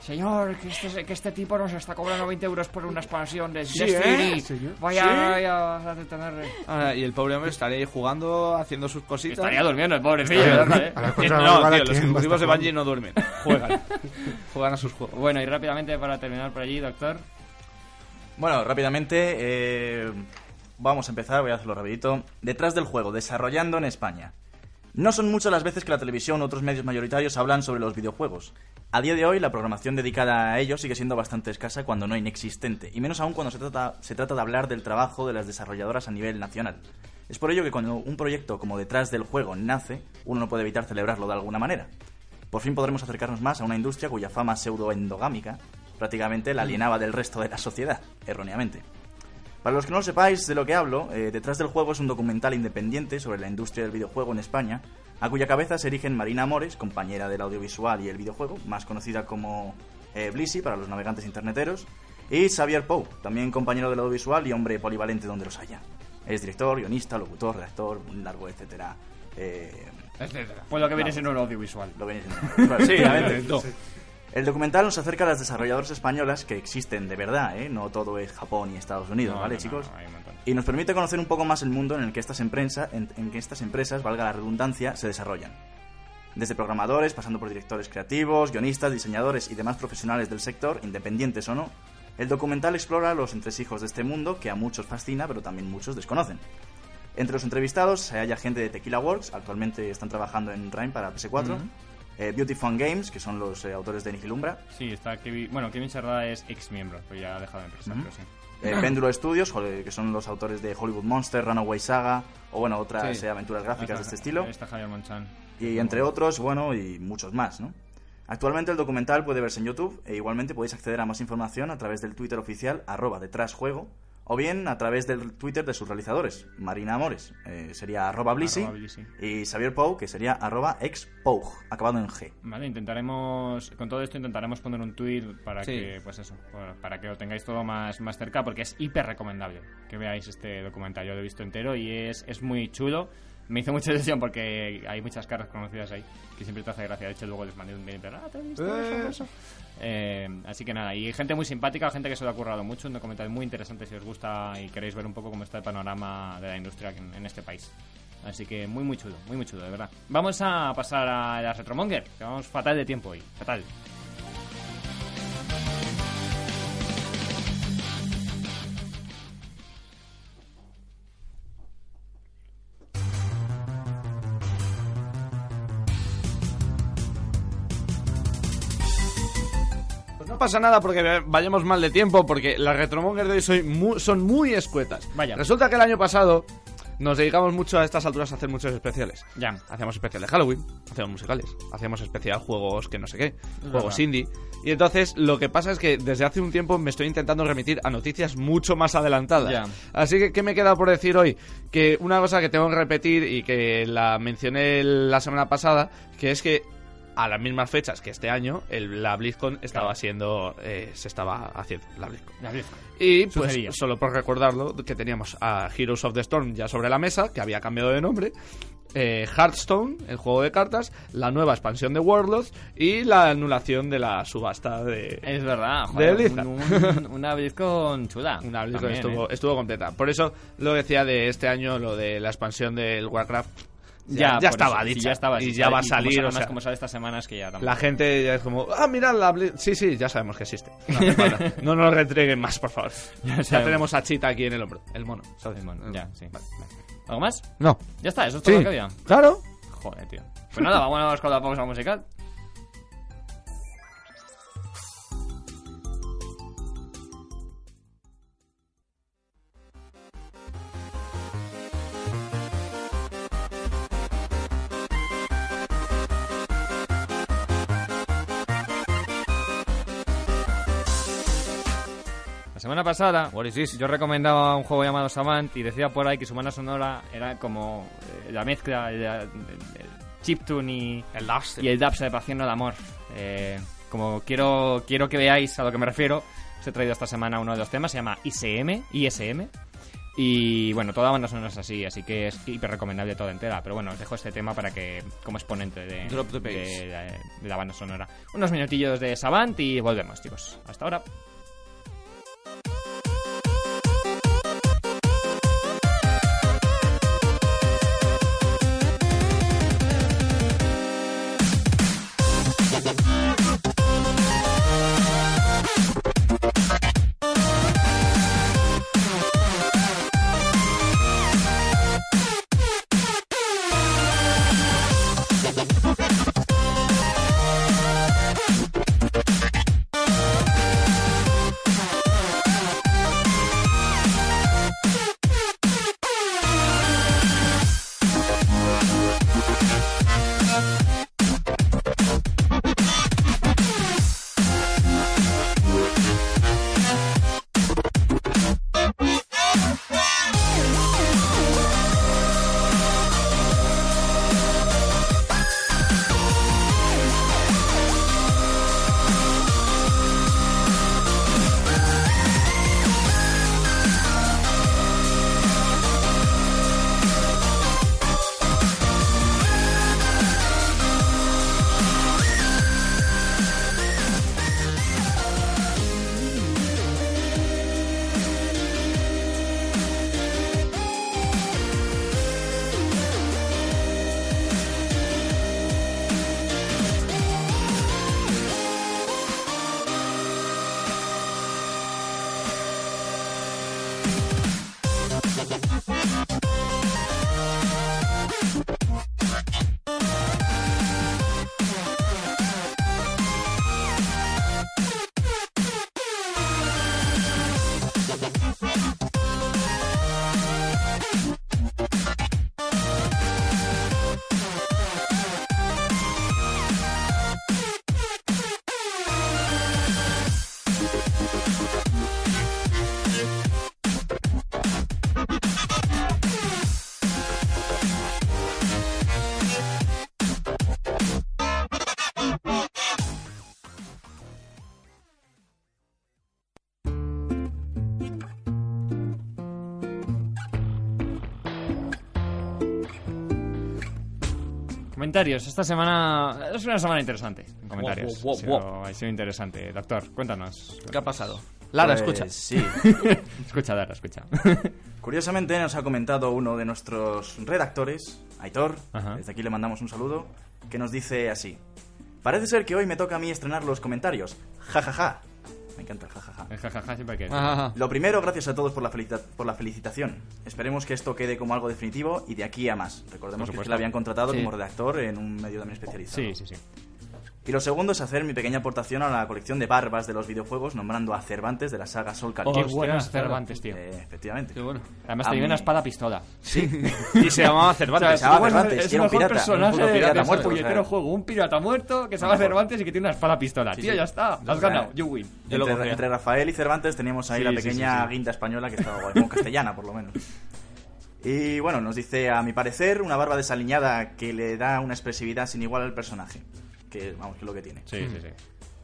Señor, que este, que este tipo nos está cobrando 20 euros por una expansión de
¿eh? Señor.
Vaya, vaya a detenerle.
Ah, y el pobre hombre estaría ahí jugando, haciendo sus cositas.
Estaría durmiendo el pobrecillo,
Estaría
¿verdad?
durmiendo.
¿eh?
A la
Eh,
contra
No,
madrugada,
tío, los
¿quién va a
ejecutivos de
estar
Bungie no duermen. Juegan. Juegan a sus juegos.
Bueno, y rápidamente para terminar por allí, doctor.
Bueno, rápidamente, eh, vamos a empezar, voy a hacerlo rapidito. Detrás del juego, desarrollando en España. No son muchas las veces que la televisión u otros medios mayoritarios hablan sobre los videojuegos. A día de hoy, la programación dedicada a ellos sigue siendo bastante escasa cuando no inexistente, y menos aún cuando se trata, se trata de hablar del trabajo de las desarrolladoras a nivel nacional. Es por ello que cuando un proyecto como Detrás del juego nace, uno no puede evitar celebrarlo de alguna manera. Por fin podremos acercarnos más a una industria cuya fama pseudo-endogámica prácticamente la alienaba del resto de la sociedad, erróneamente. Para los que no lo sepáis de lo que hablo, eh, Detrás del Juego es un documental independiente sobre la industria del videojuego en España, a cuya cabeza se erigen Marina Amores, compañera del audiovisual y el videojuego, más conocida como eh, Blissy para los navegantes interneteros, y Xavier Pou, también compañero del audiovisual y hombre polivalente donde los haya. Es director, guionista, locutor, redactor, un largo etcétera. eh,
Pues lo que viene siendo el audiovisual.
lo venéis
*laughs*
en- prácticamente. El documental nos acerca a las desarrolladoras españolas que existen de verdad, ¿eh? No todo es Japón y Estados Unidos,
No,
¿vale,
no, no,
chicos?
hay un montón.
y nos permite conocer un poco más el mundo en el que estas, empresa- en- en que estas empresas, valga la redundancia, se desarrollan. Desde programadores, pasando por directores creativos, guionistas, diseñadores y demás profesionales del sector, independientes o no, el documental explora los entresijos de este mundo que a muchos fascina, pero también muchos desconocen. Entre los entrevistados se halla gente de Tequila Works, actualmente están trabajando en Rhyme para PS4, eh, Beauty Fun Games, que son los eh, autores de Nihilumbra,
Sí, está Kevin... Bueno, Kevin Sardá es ex miembro, pues ya ha dejado de empresa, pero sí.
eh, Pendulo Studios, jol- que son los autores de Hollywood Monster, Runaway Saga, o bueno, otras
Sí.
eh, aventuras gráficas de este estilo.
Está Javier Monchán.
Y entre otros, bueno, y muchos más, ¿no? Actualmente el documental puede verse en YouTube e igualmente podéis acceder a más información a través del Twitter oficial arroba detrásjuego o bien a través del Twitter de sus realizadores, Marina Amores, eh, sería arroba blisi,
Arroba Blisi.
y Xavier Pou, que sería arroba expoug, acabado en G.
Vale, intentaremos, con todo esto intentaremos poner un tweet para
Sí.
que, pues eso, para- para que lo tengáis todo más, más cerca, porque es hiper recomendable que veáis este documental. Yo lo he visto entero y es, es muy chulo. Me hizo mucha ilusión porque hay muchas caras conocidas ahí que siempre te hace gracia. De hecho, luego les mandé un mail, pero, ah, te he visto eso, eso". Eh, así que nada, y gente muy simpática, gente que se lo ha currado mucho, un documental muy interesante si os gusta y queréis ver un poco cómo está el panorama de la industria en- en este país. Así que muy, muy chulo, muy, muy chulo, de verdad. Vamos a pasar a la Retromonger, que vamos fatal de tiempo hoy, fatal.
No pasa nada porque vayamos mal de tiempo, porque las retromongers de hoy soy mu- son muy escuetas.
Vaya.
Resulta que el año pasado nos dedicamos mucho a estas alturas a hacer muchos especiales.
Ya.
Hacíamos especial de Halloween, hacíamos musicales, hacíamos especial juegos que no sé qué, juegos
verdad.
indie. Y entonces lo que pasa es que desde hace un tiempo me estoy intentando remitir a noticias mucho más adelantadas.
Ya.
Así que, ¿qué me queda por decir hoy? Que una cosa que tengo que repetir y que la mencioné la semana pasada, que es que a las mismas fechas que este año, el- la BlizzCon estaba
Claro.
siendo. eh, se estaba haciendo la BlizzCon.
La Blizzcon.
Y pues,
Sucedía.
solo por recordarlo, que teníamos a Heroes of the Storm ya sobre la mesa, que había cambiado de nombre, eh, Hearthstone, el juego de cartas, la nueva expansión de Warlords y la anulación de la subasta de.
Es verdad, joder,
De Blizzard.
un- un- una Blizzcon
*laughs*
chula.
Una BlizzCon
también,
estuvo,
¿eh?
estuvo completa. Por eso lo decía de este año, lo de la expansión del Warcraft.
Ya, por
estaba
eso, sí,
dicha.
ya estaba
y
sí,
ya va a
y como
salir.
sale-
o
más
sea,
como sale estas semanas que ya tampoco-
La gente ya es como, ah, mira la Blizz- Sí, sí, ya sabemos que existe. No, hace
*laughs*
falta. No nos reentreguen más, por favor.
Ya
Ya,
sabemos.
tenemos a Chita aquí en el hombro, el mono. ¿sabes?
El mono,
El
ya,
mono.
sí.
Vale.
¿Algo más?
No.
Ya está, eso es todo
Sí.
lo que había.
Claro.
Joder, tío. Pues nada, vámonos con la pausa musical. La semana pasada, yo recomendaba un juego llamado Savant y decía por ahí que su banda sonora era como eh, la mezcla, el, el- el chiptune y,
El last.
y el dubstep haciendo el amor. Eh, como quiero, quiero que veáis a lo que me refiero, os he traído esta semana uno de los temas, se llama ISM, ISM. Y bueno, toda banda sonora es así, así que es hiper recomendable toda entera. Pero bueno, os dejo este tema para que, como exponente de,
Drop the bass.
de la- de la banda sonora. Unos minutillos de Savant y volvemos, chicos. Hasta ahora. Comentarios. Esta semana es una semana interesante. en Comentarios.
wow,
ha, sido, ha sido interesante. Doctor, cuéntanos.
¿Qué ha pasado? Lara,
Pues,
escucha.
Sí.
*laughs* Escucha, Dara, escucha.
Curiosamente nos ha comentado uno de nuestros redactores, Aitor,
Ajá.
desde aquí le mandamos un saludo, que nos dice así. Parece ser que hoy me toca a mí estrenar los comentarios. Ja, ja, ja. Me encanta el ja, ja, ja.
El jajaja siempre que.
Lo primero, gracias a todos por la, felicita- por la felicitación. Esperemos que esto quede como algo definitivo y de aquí a más.
Por
Recordemos que es que
supuesto.
la habían contratado
Sí.
como redactor en un medio también especializado.
Sí, sí, sí.
Y lo segundo es hacer mi pequeña aportación a la colección de barbas de los videojuegos, nombrando a Cervantes de la saga Sol Calibur.
Oh, Qué
buena
buenos
espada.
Cervantes, tío.
Eh, efectivamente.
bueno.
Además,
A
tenía
mí-
una espada pistola.
Y se llamaba Cervantes.
Se llamaba
Bueno,
Cervantes,
es
y era
el
un
mejor
pirata,
personaje
un puto pirata
de ese
muerto,
puñetero
o sea.
juego. Un pirata muerto que se llama Cervantes y que tiene una espada pistola. Tío,
sí.
ya está. Has ganado. You win.
Yo lo
entre,
cogía.
entre Rafael y Cervantes teníamos ahí
Sí,
la
sí, sí,
pequeña
sí.
guinda española que estaba guay, bueno, castellana por lo menos. Y bueno, nos dice, a mi parecer, una barba desaliñada que le da una expresividad sin igual al personaje. Que vamos, que es lo que tiene.
Sí, sí, sí.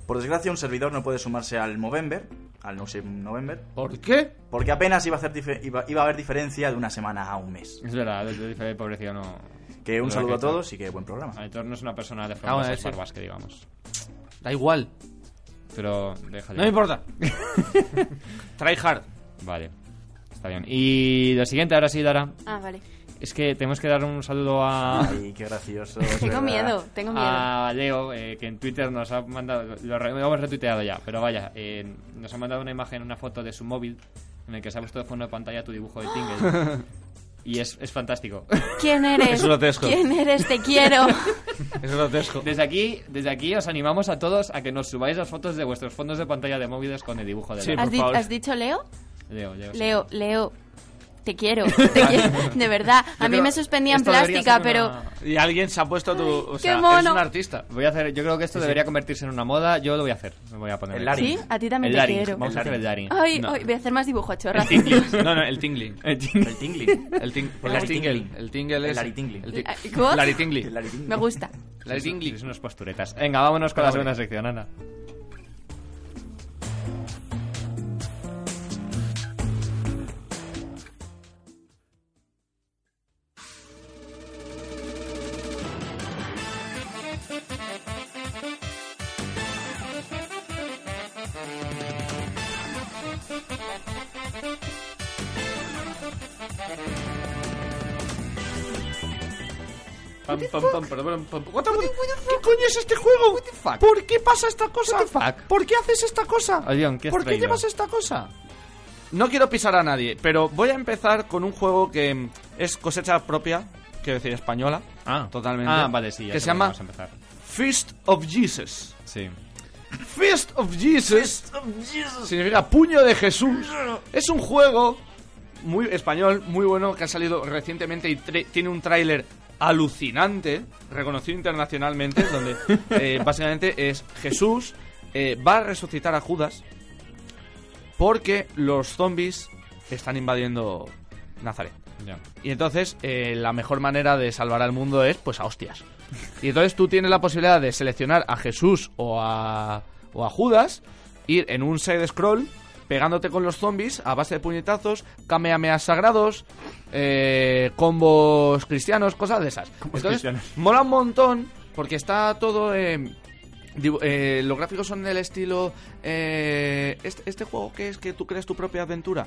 Por desgracia, un servidor no puede sumarse al Movember, al No Shave November,
¿Por qué?
porque apenas iba a, hacer dife- iba, iba a haber diferencia de una semana a un mes.
Es verdad, el el pobrecillo no.
Que un
Pero
saludo
que
a todos y que buen programa.
Aitor no es una persona de
Ah, bueno,
famosas
sí.
barbas, que digamos.
Da igual.
Pero déjale.
No me *laughs* importa. Try hard.
Vale. Está bien. Y lo siguiente, ahora sí, Dara.
Ah, vale.
Es que tenemos que dar un saludo a.
Ay, qué gracioso. es
Tengo
verdad.
miedo, *laughs* tengo miedo.
a Leo, eh, que en Twitter nos ha mandado, lo, re- lo hemos retuiteado ya, pero vaya, eh, nos ha mandado una imagen, una foto de su móvil en el que se ha puesto de fondo de pantalla tu dibujo de
*laughs*
Tingle. y es, es fantástico.
¿Quién eres?
Es grotesco.
¿Quién eres? Te quiero.
Es grotesco.
Desde aquí, desde aquí os animamos a todos a que nos subáis las fotos de vuestros fondos de pantalla de móviles con el dibujo de
Sí,
Leo.
¿Has,
por
di-
favor.
has dicho Leo?
Leo, Leo, sí.
Leo, Leo, te quiero. te quiero, De verdad. A
Yo
mí
creo-
me suspendían
esto debería
plástica,
ser
pero...
una-
Y alguien se ha puesto tu. O
qué
sea,
mono.
eres un artista.
Voy a hacer, yo creo que esto debería convertirse en una moda. Yo lo voy a hacer. Me voy a poner.
El
aquí.
Larin.
Sí, a ti también
El
te
Larin.
quiero.
Vamos a hacer el Larin.
Ay,
No.
ay, voy a hacer más dibujo chorras.
Tingling. No, no, el tingling.
El jingle.
El tingling.
El ting
El
el
tingling.
tingle. El tingle
El
es.
laritingling.
el ti-
La- Eh, ¿Cómo?
laritingling.
El Larin tingling.
Me gusta.
Laritingling.
Es unas posturetas. Venga, vámonos con la segunda sección, Ana.
Pam, pam, pam, pam, pam, pam. What the- ¿Qué coño es este juego? ¿Por qué pasa esta cosa? ¿Por qué haces esta cosa?
Oye, ¿en qué has
¿Por qué
traído?
llevas esta cosa? No quiero pisar a nadie, pero voy a empezar con un juego que mm, es cosecha propia, quiero decir española, totalmente.
Ah, vale, sí. ya
que
sé
se
por dónde
llama
Vamos a empezar.
Fist of Jesus.
Sí.
Fist of Jesus significa puño de Jesús. Es un juego muy español, muy bueno, que ha salido recientemente y tre- tiene un tráiler alucinante, reconocido *laughs* internacionalmente, donde eh, básicamente es Jesús eh, va a resucitar a Judas porque los zombies están invadiendo Nazaret.
Ya.
Y entonces eh, la mejor manera de salvar al mundo es pues a hostias. Y entonces tú tienes la posibilidad de seleccionar a Jesús o a, o a Judas, ir en un side scroll pegándote con los zombies a base de puñetazos, kamehamehas sagrados, eh, combos cristianos, cosas de esas. entonces mola un montón porque está todo... eh, dibu- eh, los gráficos son del estilo... eh, este, este juego que es que tú creas tu propia aventura.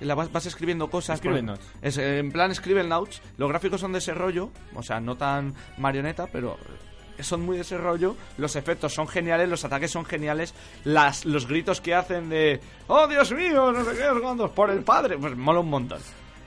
Y La vas, vas escribiendo cosas. por-
Escribe notes.
es, eh, en plan Scribblenauts, los gráficos son de ese rollo, o sea, no tan marioneta, pero eh, son muy de ese rollo, los efectos son geniales, los ataques son geniales, las, los gritos que hacen de ¡Oh, Dios mío! No sé qué, no sé cuántos, por el padre, pues mola un montón.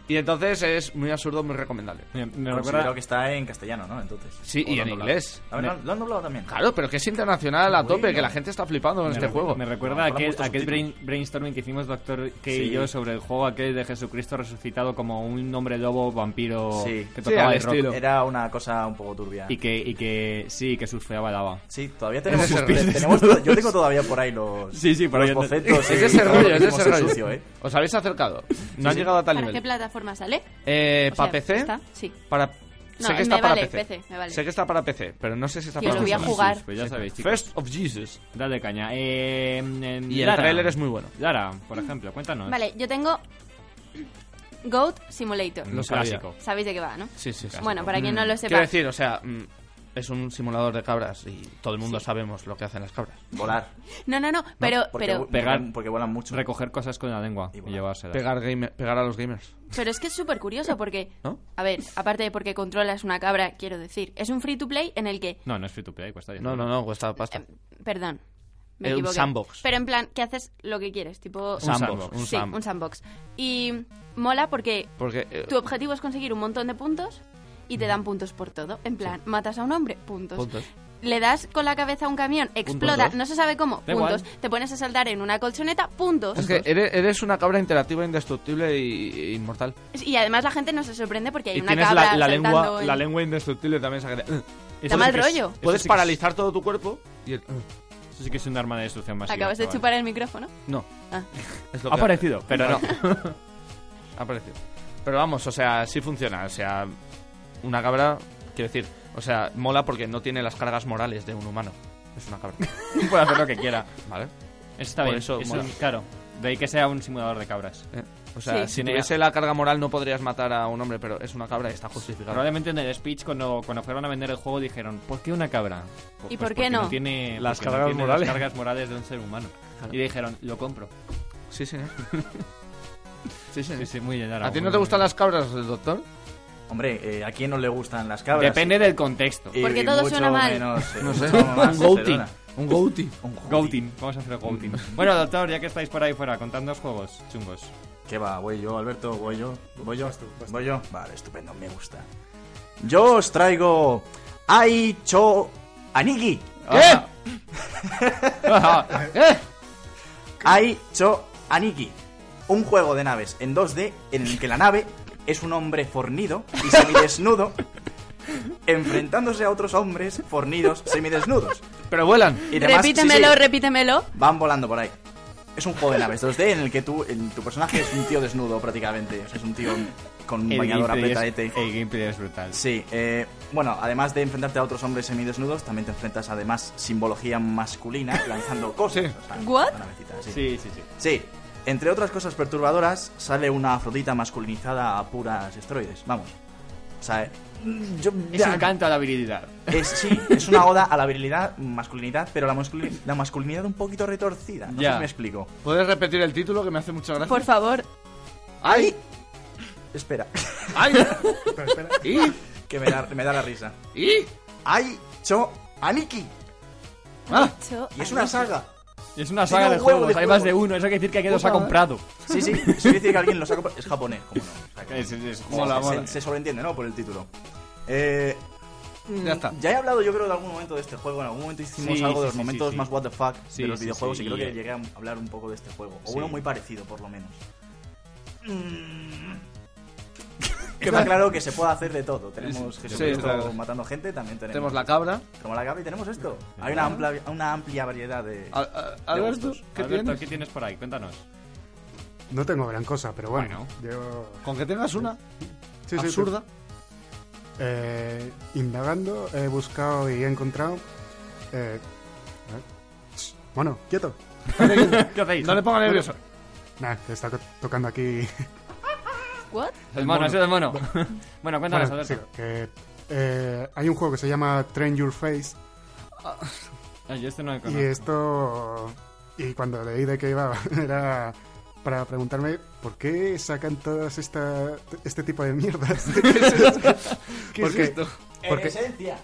Y entonces es muy absurdo, muy recomendable.
Me, me
Considero
recuerda.
Pues que está en castellano, ¿no? Entonces.
Sí,
O lo
y en
han doblado.
inglés.
A ver, ¿lo han- lo han doblado también.
Claro, pero que es internacional a tope,
Bueno.
que la gente está flipando con
me
este
recu-
juego.
Me recuerda
Ah,
aquel,
habrán puesto
aquel
subtítulos.
brain- brainstorming que hicimos Doctor K
Sí.
y yo sobre el juego aquel de Jesucristo resucitado como un hombre lobo vampiro
Sí.
que
Sí,
tocaba
al
el rock.
estilo.
Era una cosa un poco turbia.
Y que, y que sí, que surfeaba lava.
Sí, todavía tenemos,
Ese rollo.
tenemos to- yo tengo todavía por ahí los,
Sí, sí, por
los
ahí anda-
bocetos.
Es
y
de ese
todo lo
rollo,
que
es de
hicimos
ese
en
rollo.
sucio, ¿eh?
Os habéis acercado. No han llegado a tal
¿Para qué
nivel.
plataforma sale?
Eh,
O sea,
¿Para PC?
¿está? Sí.
Para...
No,
sé que
me
está para
vale,
PC.
PC, me vale.
Sé que está para PC, pero no sé si está
Yo
para
lo voy a
consola.
jugar.
Sí, Pues ya sabéis, chicos.
First of Jesus.
Dale caña. Eh, eh,
Y el
Lara.
tráiler es muy bueno.
Lara, por ejemplo, cuéntanos.
Vale, yo tengo Goat Simulator.
Un
Lo sabía.
clásico.
Sabéis de qué va, ¿no?
Sí, sí, sí.
Bueno, para quien no lo sepa.
Quiero decir, o sea, mm, es un simulador de cabras y todo el mundo sabemos lo que hacen las cabras.
Volar.
No, no, no, pero,
Porque
pero,
vu-
Pegar.
Porque vuelan mucho.
Recoger cosas con la lengua
Y
y,
volar.
llevárselas.
Pegar, game- pegar a los gamers.
pero es que es súper curioso porque,
¿No?
a ver, aparte de porque controlas una cabra, quiero decir, es un free to play en el que,
No, no es free to play, cuesta dinero.
No, no, no, cuesta pasta.
eh, perdón, me
Eh, un
equivoqué.
sandbox.
Pero en plan, que haces lo que quieres, tipo...
Un sandbox.
sandbox.
Un
sí,
sandbox.
un sandbox. Y mola porque
Porque eh,
tu objetivo es conseguir un montón de puntos y te dan puntos por todo. En plan, matas a un hombre, puntos.
Mm. puntos.
Le das con la cabeza a un camión, explota,
dos.
no se sabe cómo,
Da
puntos.
igual.
Te pones a saltar en una colchoneta, puntos.
Es que eres, eres una cabra interactiva, indestructible e inmortal.
Y además la gente no se sorprende porque hay
Y
Eh, una
tienes
cabra
la, la
saltando
lengua,
en-
la lengua indestructible también. Esa que te-
Da mal rollo.
Puedes
sí que es-
paralizar todo tu cuerpo y el-
Eso sí que es un arma de destrucción masiva.
Acabas de
chaval.
chupar el micrófono.
No.
Ah.
*laughs* Es lo
Ha
que-
aparecido, pero *laughs* no.
*laughs* Ha aparecido. Pero vamos, o sea, sí funciona. O sea, una cabra, quiero decir, o sea, mola porque no tiene las cargas morales de un humano. Es una *laughs* cabra.
Puede hacer lo que quiera.
¿Vale?
Eso está
Por
bien.
eso
es
mola.
un- claro. De ahí que sea un simulador de cabras.
Eh, O sea,
Sí.
si tuviese la carga moral no podrías matar a un hombre, pero es una cabra y está justificado.
Probablemente en el speech, cuando, cuando fueron a vender el juego, dijeron: ¿Por qué una cabra?
¿Y
Pues
por
porque
qué no?
tiene
Las
porque no
cargas
tiene
morales.
Las cargas morales de un ser humano.
Claro.
Y dijeron: Lo compro.
Sí, señor. *laughs* sí, señor.
Sí, sí, muy bien. Lara,
¿A ti
muy
no te
bien.
gustan las cabras, doctor?
Hombre, eh, ¿a quién no le gustan las cabras?
Depende del contexto.
Y-
Porque
y
todo
mucho
suena mal.
menos, eh,
No sé.
mucho más
Un goatee.
Barcelona.
Un goatee.
Un goatee.
Goating. Vamos a hacer
*laughs*
Goating. bueno, doctor, ya que estáis por ahí fuera, contadnos juegos chungos.
¿Qué va? ¿Voy yo, Alberto? ¿Voy yo? ¿Voy yo? ¿Voy yo? Vale, estupendo, me gusta. Yo os traigo. Aicho. Anigi.
¿Qué? *laughs* Ah,
Aicho Anigi. Un juego de naves en 2D en el que la nave es un hombre fornido
*laughs*
y semidesnudo enfrentándose a otros hombres fornidos semidesnudos.
Pero vuelan.
Y demás- sí, sí,
repítemelo, repítemelo.
van volando por ahí. Es un juego de naves 2D en el que tú, en- tu personaje es un tío desnudo prácticamente. O sea, es un tío con un
El
bañador
gameplay es-
apretadete.
El gameplay es brutal.
Sí, eh, bueno, además de enfrentarte a otros hombres semidesnudos, también te enfrentas a además simbología masculina lanzando cosas.
Sí.
o sea,
What?
una navecita, sí.
Sí, sí, sí.
Sí, entre otras cosas perturbadoras, sale una afrodita masculinizada a puras esteroides. Vamos. O sea, eh, yo,
Es
ya-
un canto a la virilidad.
es- sí, es una oda a la virilidad, masculinidad, pero la, masculi- la masculinidad un poquito retorcida. No
Ya.
sé si me explico.
¿Puedes repetir el título que me hace mucha gracia?
Por favor.
¡Ay! Espera, *laughs*
¡Ay!
Espera, espera.
¿Y?
que me da, me da la risa.
¿Y?
¡Ay! ¡Cho! ¡Aniki!
Ah,
Cho-
Y es una saga.
*laughs* Es una
Tiene
saga
un
de
huevo
juegos,
de
hay más de
juegos.
uno. Eso quiere decir que alguien los ha
Puta
comprado.
Sí, sí, se quiere decir que alguien lo saca por- Es japonés, como no. O sea, que-
Es, es- es-
se, se- se sobreentiende, ¿no? Por el título. Eh,
ya está.
ya he hablado, yo creo, de algún momento de este juego. En algún momento hicimos
Sí,
algo
sí,
de los
sí,
momentos
sí, sí.
más what the fuck
Sí,
de los
sí,
videojuegos
sí,
y creo que
y-
llegué a hablar un poco de este juego. O
Sí.
uno muy parecido, por
*laughs*
lo menos. Mm. Está claro que se puede hacer de todo. Tenemos Jesucristo
claro.
matando gente, también tenemos,
Tenemos la cabra.
como la Gaby, tenemos esto. Hay una amplia, una amplia variedad de...
Ah,
A- a- Alberto,
gustos.
¿qué
Alberto,
tienes?
¿qué tienes por ahí? Cuéntanos.
No tengo gran cosa, pero bueno. Yo...
Con que tengas una
Sí, sí, sí.
absurda.
Eh, indagando, he buscado y he encontrado. eh, a ver. Shh, Bueno, quieto.
*laughs* ¿Qué hacéis?
No le ponga nervioso.
Nah, que está to- tocando aquí.
¿What?
El mono, ha sido el mono. *laughs* bueno, cuéntanos,
*laughs* Bueno,
Alberto.
sí, que, eh, hay un juego que se llama Train Your Face
Ah, yo este no lo
y
conozco.
esto. Y cuando leí de qué iba, *laughs* era para preguntarme por qué sacan todas esta, este tipo
*laughs*
de mierdas.
¿Qué
Porque-
es esto?
Porque,
esencia.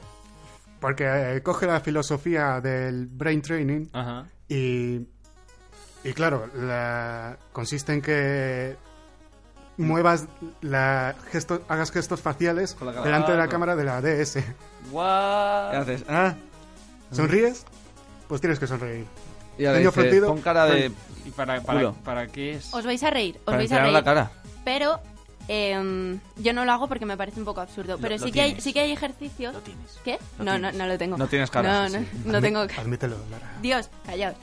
porque eh, coge la filosofía del brain training
Ah.
Ajá.
Y, y claro, la- consiste en que muevas la gesto- hagas gestos faciales
Con la cara.
delante de la
Ah,
cámara de la DS.
¿Qué
Guau.
haces? ¿Ah?
¿Sonríes? Pues tienes que sonreír.
Y ahora
Niño
dice,
ofendido.
pon cara de...
¿Y para, para,
Culo.
para qué es?
Os vais a reír, os
Para
vais a
enseñar
reír.
la cara.
Pero em, yo no lo hago porque me parece un poco absurdo. Pero
lo
sí, que hay,
tienes.
sí que hay ejercicios.
Lo
*laughs*
tienes.
¿Qué?
Lo
no, no,
tienes.
no lo tengo.
No tienes cara,
No,
sí,
no,
sí.
*laughs*
no tengo.
Admítelo, Lara.
Dios, callaos.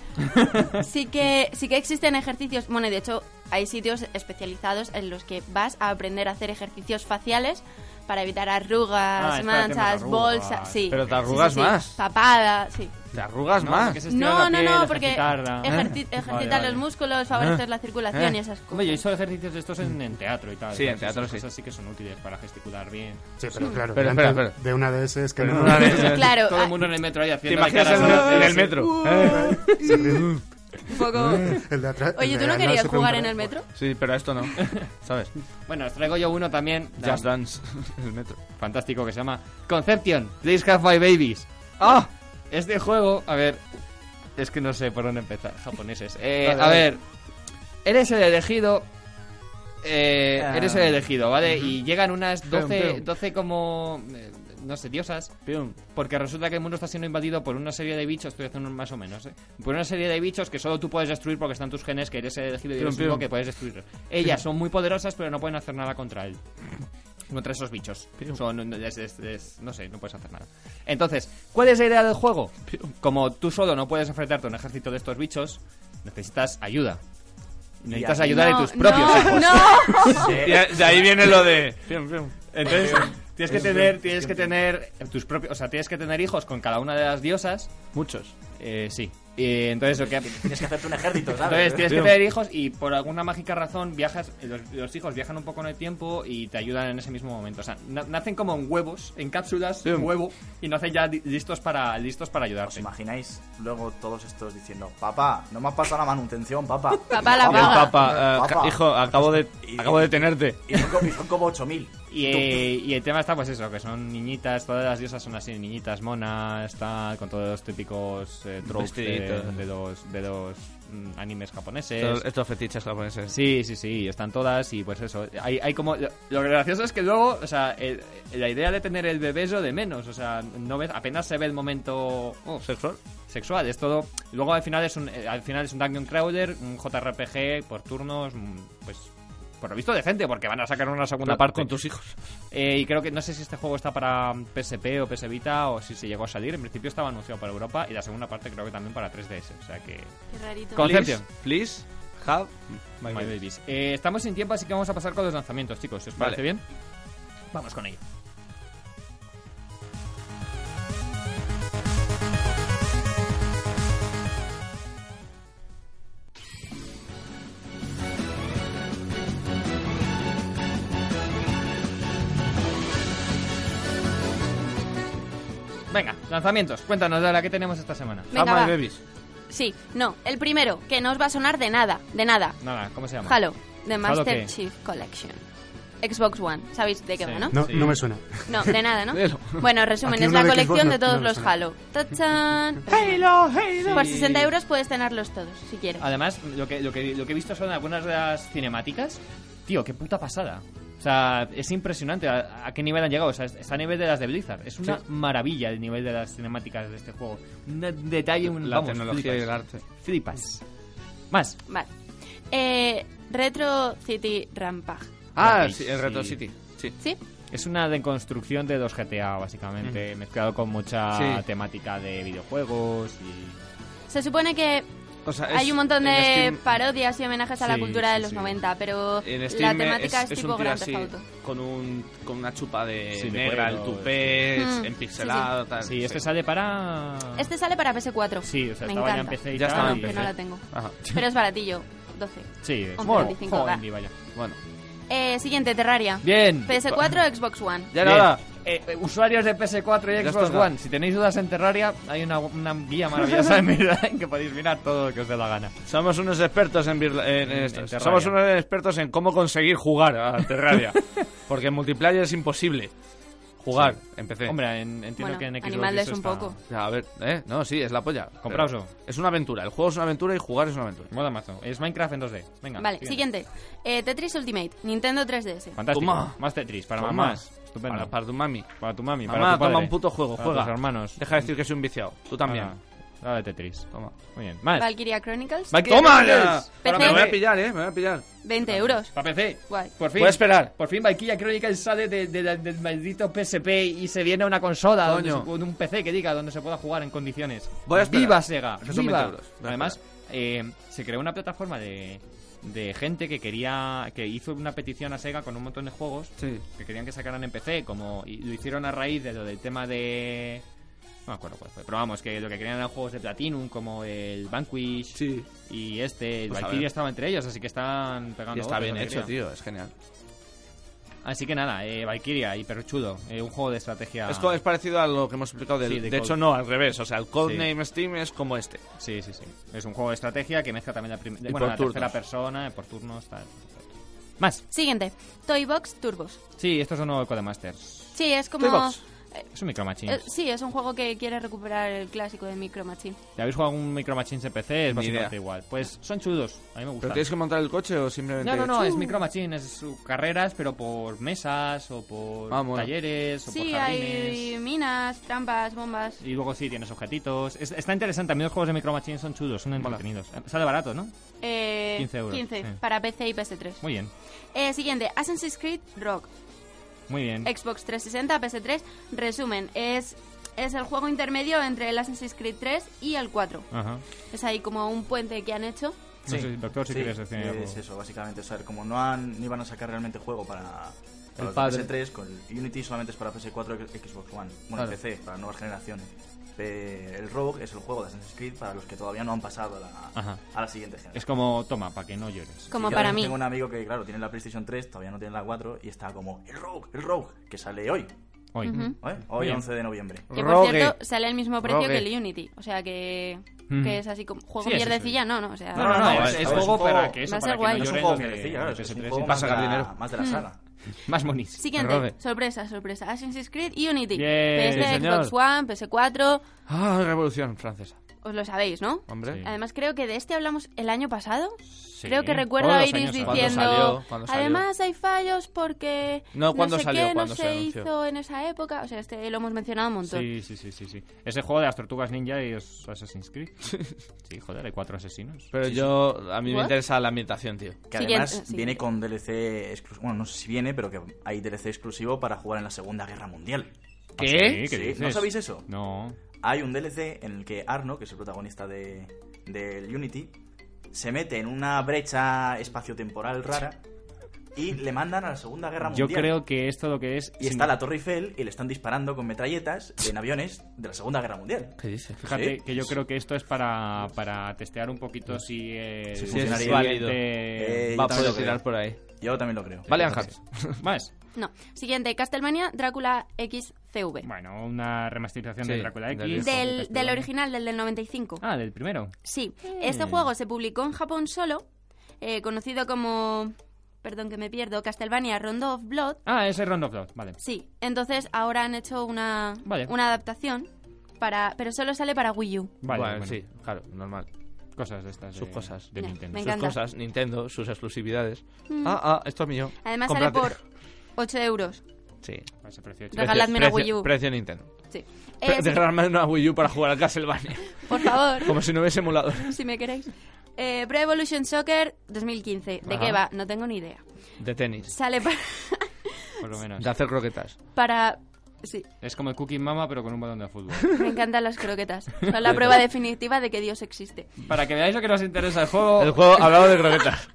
Sí que, sí que existen ejercicios. Bueno, y de hecho, hay sitios especializados en los que vas a aprender a hacer ejercicios faciales para evitar
Ah,
arrugas,
es para
manchas,
temas de arrugas.
bolsas, sí.
Pero te
Sí, sí,
arrugas
sí.
más.
Papada, sí.
Te arrugas
No,
más.
porque se estira
No,
la
no,
piel,
no,
es
porque
agitarla.
ejerci- ejercitar
*laughs* vale.
los músculos, favorecer la circulación y esas cosas.
Hombre, yo he hecho ejercicios de estos en, en teatro y tal.
Sí, en
Entonces,
teatro
esas
sí.
cosas sí que son útiles para gesticular bien.
Sí, pero claro,
Pero,
delante
espera, espera.
de una DS es que no.
Una *laughs* vez- eh,
*laughs*
Claro,
Todo
ah,
el mundo en el metro ahí
¿Te
haciendo
imaginas en el, en el metro? Eh,
*laughs* se ríe.
un poco...
*laughs* El de atrás- el
ah, Oye,
de
¿tú no
al lado
querías
se
jugar
preguntará,
en el metro?
Sí, pero a esto no. *laughs* ¿Sabes?
Bueno, os traigo yo uno también.
Just Dance. *laughs* El metro.
fantástico que se llama Conception, Please Have My Babies. ¡Ah! Este juego, a ver, es que no sé por dónde empezar, japoneses. Eh,
Dale,
a
dale.
ver, eres el elegido. eh, eres el elegido, ¿vale? Y llegan unas 12,
Ah. peum.
12 como. eh, no sé, diosas. Porque resulta que el mundo está siendo invadido por una serie de bichos, estoy haciendo un más o menos, ¿eh? Por una serie de bichos que solo tú puedes destruir porque están tus genes, que eres el elegido y eres
Pium,
único
pium.
que puedes destruir. Ellas son muy poderosas, pero no pueden hacer nada contra él contra esos bichos. Son, es- es- es- no sé, no puedes hacer nada. Entonces, ¿cuál es la idea del juego? Como tú solo no puedes enfrentarte a un ejército de estos bichos, necesitas ayuda. Necesitas
Ya.
ayuda
No,
de tus propios
no,
hijos.
no.
Y a- de ahí viene lo de.
Entonces, tienes que tener, tienes que tener tus propios, o sea, tienes que tener hijos con cada una de las diosas. Muchos. Eh, sí. Y entonces lo que
Tienes que hacerte un ejército, ¿sabes?
Entonces tienes que
Tío.
tener hijos y por alguna mágica razón viajas, los, los hijos viajan un poco en el tiempo y te ayudan en ese mismo momento. O sea, na- nacen como en huevos, en cápsulas,
Sí.
en huevo, y nacen ya di- listos para, listos para
¿Os
ayudarte.
imagináis luego todos estos diciendo, papá, no me has pasado la manutención, papá?
*laughs* Papá la
Y el *laughs*
paga.
papa, eh,
Papa.
hijo, acabo de,
Y-
acabo de tenerte.
Y son como, y son como 8000.
Y, eh, y el tema está pues eso, que son niñitas, todas las diosas son así, niñitas monas, tal, con todos los típicos eh, tropes de,
Vestiditos.
de los, de los mm, animes japoneses.
Estos, estos fetiches japoneses.
Sí, sí, sí, están todas y pues eso. Hay, hay como. Lo, lo gracioso es que luego, o sea, el- la idea de tener el bebé es lo de menos. O sea, no ves, apenas se ve el momento oh,
¿Sexual?
sexual. Es todo. Luego al final es un, eh, al final es un Dungeon Crawler, un JRPG por turnos, mm, pues. Por lo visto decente, porque van a sacar una segunda parte.
Con tus hijos.
Eh, y creo que no sé si este juego está para PSP o PS Vita o si se llegó a salir. En principio estaba anunciado para Europa y la segunda parte creo que también para 3DS. O sea que
Qué rarito.
Con- Concepción.
Please, please have my
My
baby.
Babies. Eh, estamos sin tiempo, así que vamos a pasar con los lanzamientos, chicos. ¿Os parece
Vale.
bien? Vamos con ello. Venga, lanzamientos. Cuéntanos de la que tenemos esta semana.
Have
Venga,
my
va.
babies.
Sí, no. El primero, que no os va a sonar de nada, de nada.
Nada, ¿cómo se llama?
Halo, The Master
qué?
Chief Collection. Xbox One, ¿sabéis de qué
Sí.
va, no?
No,
Sí.
no me suena.
No, de nada, ¿no?
Léelo.
Bueno, resumen,
Aquí
es
uno
la
de Xbox
colección
no-
de todos
no me
los
suena.
Halo. ¡Tachán!
Halo, Halo.
Por 60 euros puedes tenerlos todos, si quieres.
Además, lo que, lo, que, lo que he visto son algunas de las cinemáticas. Tío, qué puta pasada. O sea, es impresionante a, a qué nivel han llegado. O sea, es- está a nivel de las de Blizzard. Es una maravilla el nivel de las cinemáticas de este juego. Un detalle, un
La
vamos,
tecnología
flipas.
y el arte.
Flipas. Más.
Vale. Eh, Retro City Rampage,
Ah,
Babies,
sí, el Retro
sí.
City. Sí.
¿sí?
Es una deconstrucción de los GTA, básicamente. Mezclado con mucha
Sí.
temática de videojuegos y...
Se supone que
O sea, es-
hay un montón de
en Steam-
parodias y homenajes a la
Sí,
cultura de
sí,
los
sí.
90, pero
en
la
Steam
temática es,
un
tipo
tío
Grand
así,
Theft Auto.
Con, un, con una chupa de
Sí, de
negra,
cuero,
el tupé,
sí. Mm,
en
sí,
pixelado, tal.
Sí, este sale para...
Este sale para PS4.
Sí, o sea,
Me
estaba ya en
encanta.
PC y
Ya
tal,
estaba en
y-
que
PC.
no la tengo.
Ajá.
Pero es baratillo, 12.
Sí, es
Hombre, 25K.
Joder, indie, vaya.
Bueno,
Eh, siguiente, Terraria.
Bien.
PS4, Xbox One.
ya
Bien.
nada.
Eh, eh, usuarios de PS4 y
Ya
Xbox
está.
One, si tenéis dudas en Terraria, hay una, una guía maravillosa en verdad *laughs* en que podéis mirar todo lo que os dé la gana.
Somos unos expertos en, birla- en, en
En-
esto.
en Terraria.
Somos unos expertos en cómo conseguir jugar a *laughs* Terraria. porque en multiplayer es imposible jugar en PC.
Hombre, en- entiendo
Bueno,
que en Xbox
animales
eso
un
está-
poco.
O sea, a ver, ¿eh? No, sí, es la polla.
Compraoslo.
Pero Mm. Es una aventura. El juego es una aventura y jugar es una aventura.
Mola mazo. Es Minecraft en 2D. Venga.
Vale, siguiente. Eh, Tetris Ultimate, Nintendo 3DS.
Fantástico.
Toma.
Más Tetris para
Toma.
mamás. Estupendo.
Para,
Para,
para tu mami.
tu mami,
Mamá,
para tu padre,
toma un puto juego,
para
juega.
tus hermanos.
Deja de decir que soy un viciado. Tú también.
Nada, nada de Tetris.
Toma.
Muy bien. Más.
Valkyria Chronicles,
Valkyria
¡Toma! ya!
Chronicles.
Ahora
PC.
me voy a pillar, ¿eh? Me voy a pillar.
20 euros.
Para PC.
Guay.
Por fin.
Voy a esperar.
Por fin Valkyria Chronicles sale de- de la- del maldito PSP y se viene a una consola, donde
Coño.
se- un PC que diga, donde se pueda jugar en condiciones.
Voy a esperar.
¡Viva Sega!
Que son
¡Viva!
20 euros. Voy a
Además, eh, se creó una plataforma de, de gente que quería que hizo una petición a Sega con un montón de juegos
Sí.
que querían que sacaran en PC, como y lo hicieron a raíz de lo del tema de no me acuerdo cuál fue, pero vamos, que lo que querían eran juegos de Platinum como el Vanquish
Sí.
y este, el
Pues a
Valkyria
ver.
estaba entre ellos, así que están pegando
Y está
botes,
bien
me
hecho,
alegría.
tío. Es genial.
Así que nada, eh, Valkyria, hiperchudo, eh, un juego de estrategia.
Es, co- es parecido a lo que hemos explicado del.
Sí, de
de hecho,
Cold-
no, al revés. O sea, el Codename Steam es como este.
Sí, sí, sí. Es un juego de estrategia que mezcla también la, prim-
Y
bueno,
por
la
turnos.
tercera persona, eh, por turnos, tal. Más.
Siguiente, Toybox Turbos.
Sí, esto es un nuevo Codemasters.
Sí, es como...
Toybox.
Es un Micro Machines.
eh, sí, es un juego que quiere recuperar el clásico de Micro Machine.
Si habéis jugado algún Micro Machines en PC, es
Ni
básicamente
idea.
igual. Pues son chudos, a mí me
¿Pero
gustan.
tienes que montar el coche o simplemente.?
No, no, no, es Micro Machines, es uh, carreras, pero por mesas o por
Ah, bueno.
talleres o por
Sí,
jardines.
hay minas, trampas, bombas.
Y luego sí, tienes objetitos. Es- está interesante, a mí los juegos de Micro Machines son chudos, son entretenidos. Eh, Sale barato, ¿no?
Eh,
15 euros, sí.
para PC y PS3.
Muy bien,
Eh, siguiente, Assassin's Creed Rock.
muy bien.
Xbox 360, PS3. Resumen, es, es el juego intermedio entre el Assassin's Creed 3 y el 4.
Ajá.
Es ahí como un puente que han hecho.
No sé, doctor, si
Sí,
quieres decir algo.
es eso, básicamente. O sea, como no, han, no iban a sacar realmente juego para,
El
para los
padre.
PS3, con el Unity solamente es para PS4 y Xbox One. Bueno,
Claro.
PC, para nuevas generaciones. Pe- El Rogue es el juego de Assassin's Creed para los que todavía no han pasado a
Ajá.
la, a la siguiente generación.
Es como, toma, para que no llores.
Como
Yo
para mí.
Tengo un amigo que, claro, tiene la PlayStation 3, todavía no tiene la 4, y está como, el Rogue, el Rogue, que sale hoy.
Hoy.
¿eh? Hoy,
Bien.
11 de noviembre.
Que por
Rogue.
cierto, sale al mismo precio
Rogue.
que el Unity. O sea que,
Ujú.
que es así como juego
Sí, es
mierdecilla, no, no. O sea,
No, no, no,
no,
es,
es-
es
es un
juego
juego-
para que eso,
Va a ser
para que
guay.
no
No es un
llores
juego
los de-
mierdecilla, claro,
de
es un
PS3
juego
y pasa
más, de
cada-
la-
dinero.
más de la saga.
Más monis.
Siguiente,
Robe.
sorpresa, sorpresa. Assassin's Creed Unity.
Bien,
PS,
sí, señor.
Xbox One, PS4.
Ah, revolución francesa.
Os lo sabéis, ¿no?
Hombre.
Sí.
Además, creo que de este hablamos el año pasado.
Sí.
Creo que recuerdo a
Todos los
Iris
años, ¿no?
Cuando
diciendo.
salió, cuando salió.
Además, hay fallos porque.
No, cuando
sé
salió,
qué,
cuando
no
se
se,
anunció.
hizo en esa época. O sea, este lo hemos mencionado un montón.
Sí, sí, sí, sí, sí. Ese juego de las tortugas ninja y los Assassin's Creed. *laughs* Sí, joder, hay cuatro asesinos.
Pero yo, a mí me
What?
interesa la ambientación, tío.
Que
Siguiente,
además
siguiente.
viene con DLC exclusivo. Bueno, no sé si viene, pero que hay DLC exclusivo para jugar en la Segunda Guerra Mundial.
¿Qué?
¿Qué?
¿Ah, ¿Qué
Sí,
dices?
¿No sabéis eso?
No.
Hay un DLC en el que Arno, que es el protagonista de, del Unity, se mete en una brecha espaciotemporal rara y le mandan a la Segunda Guerra
Yo
Mundial.
creo que esto lo que es.
Y está la Torre Eiffel y le están disparando con metralletas en aviones de la Segunda Guerra Mundial.
¿Qué dices?
Fíjate
Sí.
que yo creo que esto es para, para testear un poquito si el
Sí, sí,
si el
es
válido.
siguiente-
Eh,
Va a
yo también
poder
lo creo.
tirar por ahí.
Yo también lo creo.
Vale, Ángel.
*laughs* Más.
No. Siguiente, Castlevania Drácula XCV.
Bueno, una remasterización de
Sí,
Drácula
del
X. Este.
Del, del original, del del 95.
Ah, Mm. del primero.
Sí, este juego se publicó en Japón solo, eh, conocido como, perdón que me pierdo, Castlevania Rondo of Blood.
Ah, ese es Round of Blood, vale.
Sí, entonces ahora han hecho una,
Vale.
una adaptación, para, pero solo sale para Wii U.
Vale,
bueno,
bueno.
sí, claro, normal.
Cosas de estas. de-
Sus cosas.
De
Ya,
Nintendo.
me
Sus
encanta. Mm.
cosas, Nintendo, sus exclusividades. Ah, ah, esto es mío.
Además
Cómprate.
sale por 8 euros.
Sí.
A ese precio de
Venga. Regaladme una
Precio-
Wii U.
Precio Nintendo.
Sí. Eh,
Pre- Regaladme una Wii U para jugar al
*laughs*
Castlevania. *laughs*
por favor,
Como si no hubiese emulado.
si me queréis. Eh, Pro Evolution Soccer 2015. ¿De
Ajá.
qué va? No tengo ni idea.
De tenis.
Sale para...
chips, *laughs* por lo menos.
De hacer croquetas.
*laughs* para sí,
Es como el Cooking Mama, pero con un balón de fútbol. *laughs*
me encantan las croquetas. Son la prueba definitiva de que Dios existe.
Para que veáis lo que nos interesa el juego.
El juego hablaba de
*laughs*
croquetas.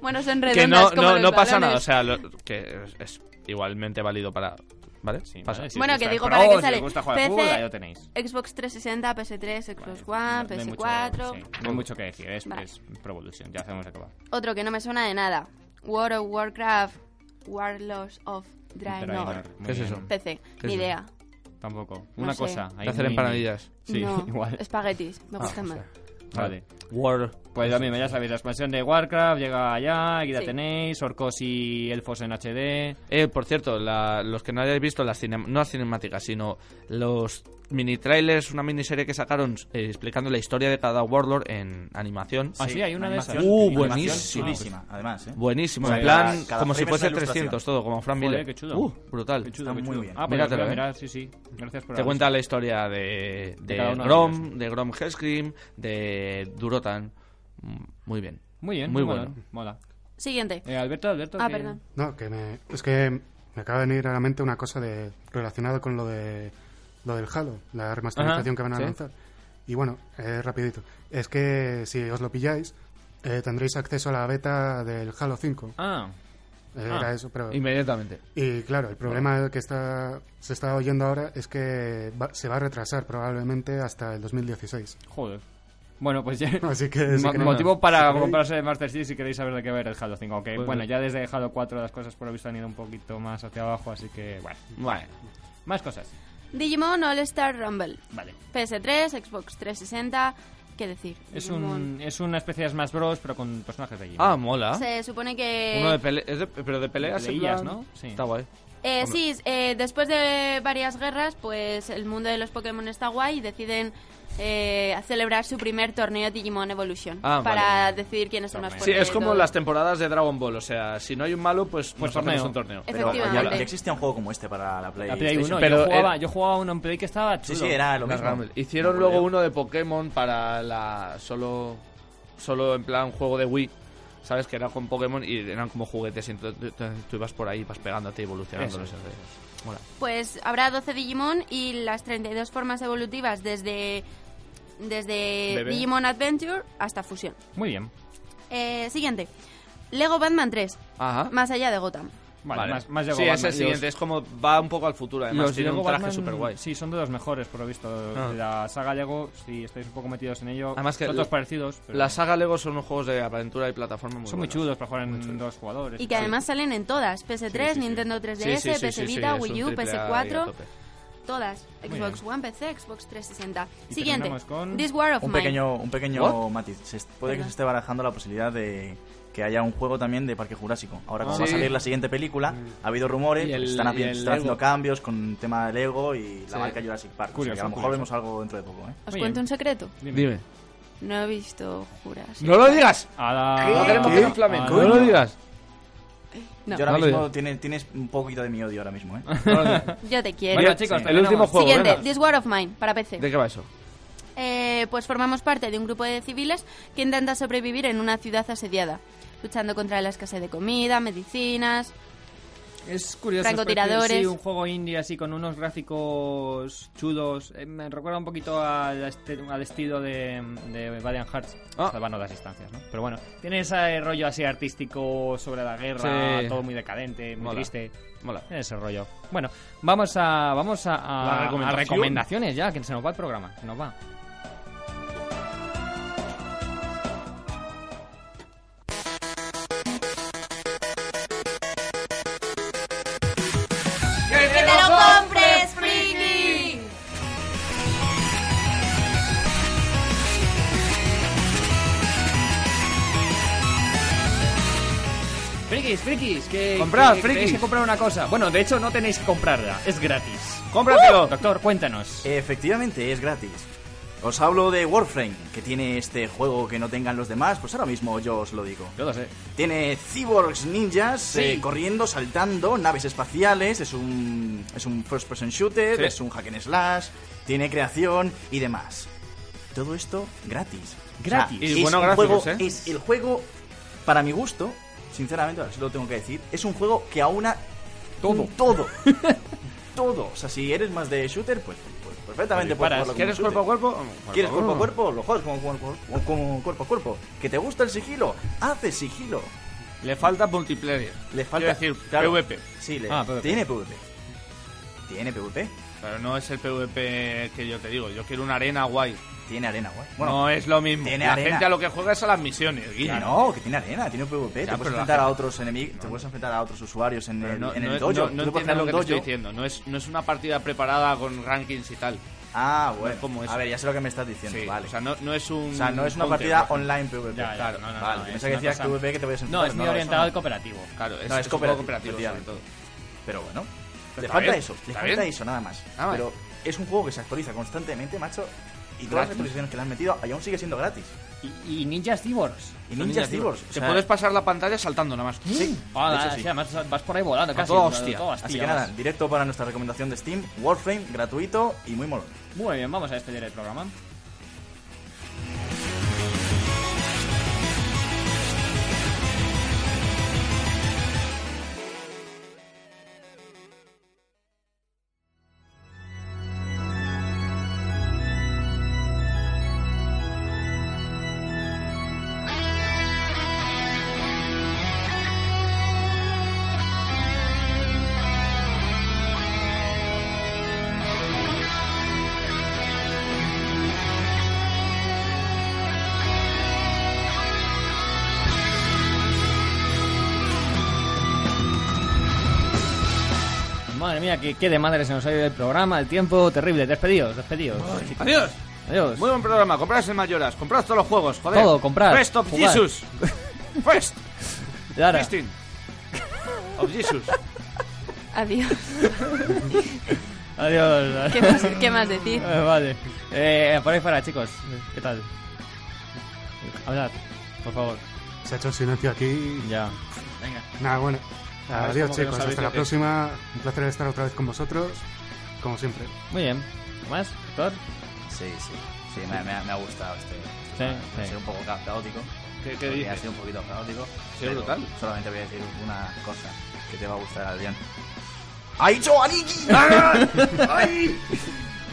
Bueno, son
que
Oh. redondas
no,
como
no,
los
no pasa
balones.
nada. O sea, lo- que es, es igualmente válido para. ¿Vale?
Sí,
Pasa.
vale, si os
Bueno,
gusta
que
el
digo
pro,
para que
si os
sale
gusta jugar al
PC,
fútbol, ahí lo tenéis.
Xbox 360, PS3, Xbox
No-
One,
no hay mucho-
PS4.
sí, no hay mucho que decir, es,
Vale.
es Pro Evolution, ya sabemos acabar.
Otro que no me suena de nada. World of Warcraft, Warlords of Draenor.
Muy
¿Qué es
bien.
eso?
PC,
¿Qué
ni
es eso?
idea.
Tampoco.
No
Una
sé.
cosa.
De hacer
muy-
empanadillas.
Sí,
no,
*laughs* igual.
espaguetis, me gustan más.
Vale.
War.
Pues lo mismo, ya sabéis, la expansión de Warcraft llega allá, aquí la
Sí.
tenéis, orcos y elfos en HD.
Eh, por cierto, la- los que no hayáis visto las cinem- no las cinemáticas, sino los mini trailers, una miniserie que sacaron eh, explicando la historia de cada Warlord en animación.
Ah, sí, hay una de esas.
animación-
Uh,
animación
buenísimo.
chulísima, además, ¿eh?
Buenísimo,
Pues
en
cada-
plan
cada
como si
frame es
fuese
una ilustración.
300 todo, como Fran
Joder,
Miller.
qué chulo.
Uh, brutal.
Qué chulo,
Está
qué
muy
chulo.
bien.
Ah, pues lo voy
Míratelo,
a
eh.
mirar, sí, sí. Gracias por
Te
la-
cuenta la historia de, de,
cada uno de
Grom, de Grom Hellscream, de Durotan. Mm, Muy bien.
Muy bien,
Muy
mola,
bueno.
Mola.
Siguiente.
Eh, Alberto, Alberto.
Ah,
¿qué-
perdón.
No, que me, es que me acaba de venir a la mente una cosa de, relacionada con lo de lo del Halo, la remasterización
Ajá,
que van a
sí.
lanzar. Y bueno, eh, rapidito. Es que si os lo pilláis, eh, tendréis acceso a la beta del Halo 5.
Ah,
Eh,
ah.
Era eso, pero...
Inmediatamente.
Y claro, el problema que está, se está oyendo ahora es que va- se va a retrasar probablemente hasta el 2016.
joder. Bueno, pues
*laughs*
ya.
Así que... si
Mo-
queréis-
motivo para
si queréis-
comprarse el Master System si queréis saber de qué va a ir el Halo 5. Aunque,
Pues
bueno,
no.
ya desde Halo 4 las cosas por lo visto han ido un poquito más hacia abajo, así que, bueno.
Bueno.
Más cosas.
Digimon All Star Rumble.
Vale.
PS3, Xbox 360, ¿qué decir?
Es,
Digimon.
un, es una especie de Smash Bros, pero con personajes de allí.
Ah, mola.
Se supone que...
Uno de pele- es de- pero de peleas en
Peleillas,
plan-
¿no? Sí.
Está guay.
Eh, sí, eh, después de varias guerras, pues el mundo de los Pokémon está guay y deciden eh, celebrar su primer torneo Digimon Evolution
Ah,
para
vale.
decidir quiénes son los
Sí,
Sí,
fuertes
es
de
como
todos.
las temporadas de Dragon Ball. O sea, si no hay un malo, pues,
Pues
pues hacemos un
torneo.
torneo.
Pero ya,
Efectivamente.
ya existía un juego como este para la Play.
La Play uno,
pero
yo,
el-
jugaba, yo jugaba uno en Play que estaba
Sí,
chulo.
sí, era lo
Las
mismo.
Rumble. Hicieron
No
luego
podía.
uno de Pokémon para la solo solo en plan juego de Wii. ¿Sabes? Que era con Pokémon y eran como juguetes. Y entonces entonces tú ibas por ahí, ibas pegándote y evolucionando.
Eso,
no sé qué. Mola.
Pues habrá 12 Digimon y las 32 formas evolutivas desde, desde
Bebé.
Digimon Adventure hasta Fusión.
Muy bien.
Eh, siguiente. Lego Batman 3,
Ajá.
más allá de Gotham.
Vale, Más, más llegó
sí, es
Batman.
el siguiente.
Los-
Es como va un poco al futuro. Además,
los
tiene
Lego
un traje
Batman,
súper guay.
Sí, son de los mejores, por lo visto.
Ah.
De la saga Lego, si estáis un poco metidos en ello,
Además que
son todos
la-
parecidos. Pero
La saga Lego son unos juegos de aventura y plataforma muy
son muy
buenos.
chulos para jugar en dos jugadores.
Y que además salen en todas, PS3,
Sí, sí, sí.
Nintendo 3DS,
Sí, sí, sí,
PS
sí, sí,
Vita,
es un
Wii U,
triple A ahí a
PS4,
tope.
todas.
Muy
Xbox One, PC, Xbox 360.
Y
Siguiente,
terminamos con-
This War of
Un
Mine.
pequeño, un pequeño
What?
matiz. Se est- puede que se esté barajando la posibilidad de que haya un juego también de Parque Jurásico. Ahora, como
Ah.
va a
Sí. Mm.
salir la siguiente película, ha habido rumores,
Y el-
están, haci-
y el
están
Lego.
haciendo cambios con el tema del ego y la
Sí.
marca Jurassic Park. O sea,
Curioso,
que a lo mejor
curioso.
vemos algo dentro de poco. ¿eh?
¿Os
Muy
cuento
bien.
un secreto?
Dime.
No he visto Jurassic.
¡No lo digas!
A la-
No queremos que
a
nos flamen.
la-
¡No lo digas!
No,
Yo ahora
No lo
mismo
digas.
tiene- tienes un poquito de mi odio ahora mismo. ¿eh?
yo te quiero.
Bueno, chicos,
el último
terminamos.
juego.
Siguiente,
venga.
This War of Mine, para PC.
¿De qué va eso?
Eh, pues formamos parte de un grupo de civiles que intenta sobrevivir en una ciudad asediada, luchando contra la escasez de comida, medicinas.
Es curioso. es
Francotiradores.
parecido, sí, un juego indie así con unos gráficos chulos. Eh, me recuerda un poquito al, este- al estilo de, de Valiant Hearts.
Ah.
Salvando las distancias, ¿no? Pero bueno, tiene ese rollo así artístico sobre la guerra,
Sí.
todo muy decadente, muy
Mola.
triste.
Mola.
Tiene ese rollo. Bueno, vamos a vamos a, a-
La
a
recomendación.
recomendaciones ya, que se nos va el programa. Se nos va.
¡Que te lo compres, friki!
Frikis, frikis, que.
Comprad,
que- que
frikis.
Tenéis que comprar una cosa. Bueno, de hecho, no tenéis que comprarla, es gratis.
¡Cómpratelo!
Doctor, cuéntanos.
Efectivamente, es gratis. Os hablo de Warframe, que tiene este juego que no tengan los demás, pues ahora mismo yo os lo digo.
Yo lo sé.
Tiene cyborgs ninjas eh, corriendo, saltando, naves espaciales, es un, es un first person shooter,
Sí.
es un hack and slash, tiene creación y demás. Todo esto gratis.
Gratis.
Y
es
bueno,
un
gráficos,
juego-
¿eh?
Es el juego, para mi gusto, sinceramente, ahora sí lo tengo que decir, es un juego que aúna
Todo.
*laughs* Todo. todo. O sea, si eres más de shooter, pues, pues perfectamente puedes
Disparas.
jugarlo como
¿Quieres
un shooter.
cuerpo a cuerpo?
¿Quieres cuerpo a cuerpo? Lo juegas como, como- como- como cuerpo a cuerpo. ¿Que te gusta el sigilo? Haces sigilo.
Le falta multiplayer.
Le falta.
Quiero decir,
claro,
PvP.
Sí, le,
Ah, PvP.
tiene PvP. Tiene PvP.
Pero no es el PvP que yo te digo. Yo quiero una arena guay.
Tiene arena, guay. Bueno,
no es lo mismo.
tiene
la
arena.
gente a lo que juega es a las misiones,
que
Guilla.
no, que tiene arena, tiene PvP. te puedes
Ya, pero la
enfrentar a
gente-
otros enemigos, te puedes enfrentar a otros usuarios en,
Pero
el-
no,
en
no
el
es-
dojo.
no-
Tú
no
te puedes
entiendes
ganar
lo
un
que te estoy
dojo.
diciendo. No es, no es una partida preparada con rankings y tal.
Ah,
No
bueno.
es como
a
eso.
ver, ya sé lo que me estás diciendo.
Sí,
vale.
O sea, no, no es un.
O sea, no es una
counter,
partida
por ejemplo.
online PvP.
Ya, ya,
Claro,
no, no,
vale,
no,
pensaba
es
que
una
decías
cosa-
PvP que te podías
No,
enfrentar.
es muy
no,
orientado al
eso no.
cooperativo.
Claro, es,
No, es
es un
cooperativo,
juego cooperativo sobre
efectivamente.
todo.
Pero bueno, le
Está
falta
bien,
eso, le
está
falta
bien.
eso, nada más.
Ah, vale.
Pero es un juego que se actualiza constantemente, macho. Y todas las
Gratis.
actualizaciones que le han metido, y aún sigue siendo gratis.
Y, y Ninjas Cyborgs.
Y Ninja Cyborgs. o
Te
sea,
puedes pasar la pantalla saltando nada más.
Sí,
Ah,
de hecho
sí,
sí.
además vas por ahí volando casi.
toda
todo
hostia.
Así que nada, directo para nuestra recomendación de Steam, Warframe, gratuito y muy molón.
Muy bien, vamos a despedir el programa. Madre mía, que, que de madre se nos ha ido el programa, el tiempo terrible. Despedidos, despedidos. chicos.
Adiós.
Adiós.
Muy buen programa. Comprad el Mayoras. Comprad todos los juegos. Joder.
Todo, comprad,
First of
jugad.
Jesus. First.
Lara,
Christine. Of Jesus.
Eh,
Adiós. *laughs*
adiós. Lara.
¿Qué más, qué más decir?
*laughs* Eh, vale. Eh, por ahí fuera, chicos. ¿Qué tal? Hablad, por favor.
Se ha hecho el silencio aquí.
Ya. Venga.
Nada, bueno.
ver,
Adiós,
¿cómo que no
chicos.
Ah, sabéis
Hasta
lo
la
que-
próxima. Un placer estar otra vez con vosotros. Como siempre.
Muy bien. ¿Algo ¿Más, doctor?
Sí, sí. Sí, me, me ha, me ha gustado este.
Sí,
Ha
sí.
sido un poco ca- caótico.
¿Qué, qué
porque Ha
dices?
sido un poquito caótico.
Sí,
pero
brutal.
Solamente voy a decir una cosa que te va a gustar, Adrián. ¡Ha dicho
*laughs*
Aniki!
¡Ay!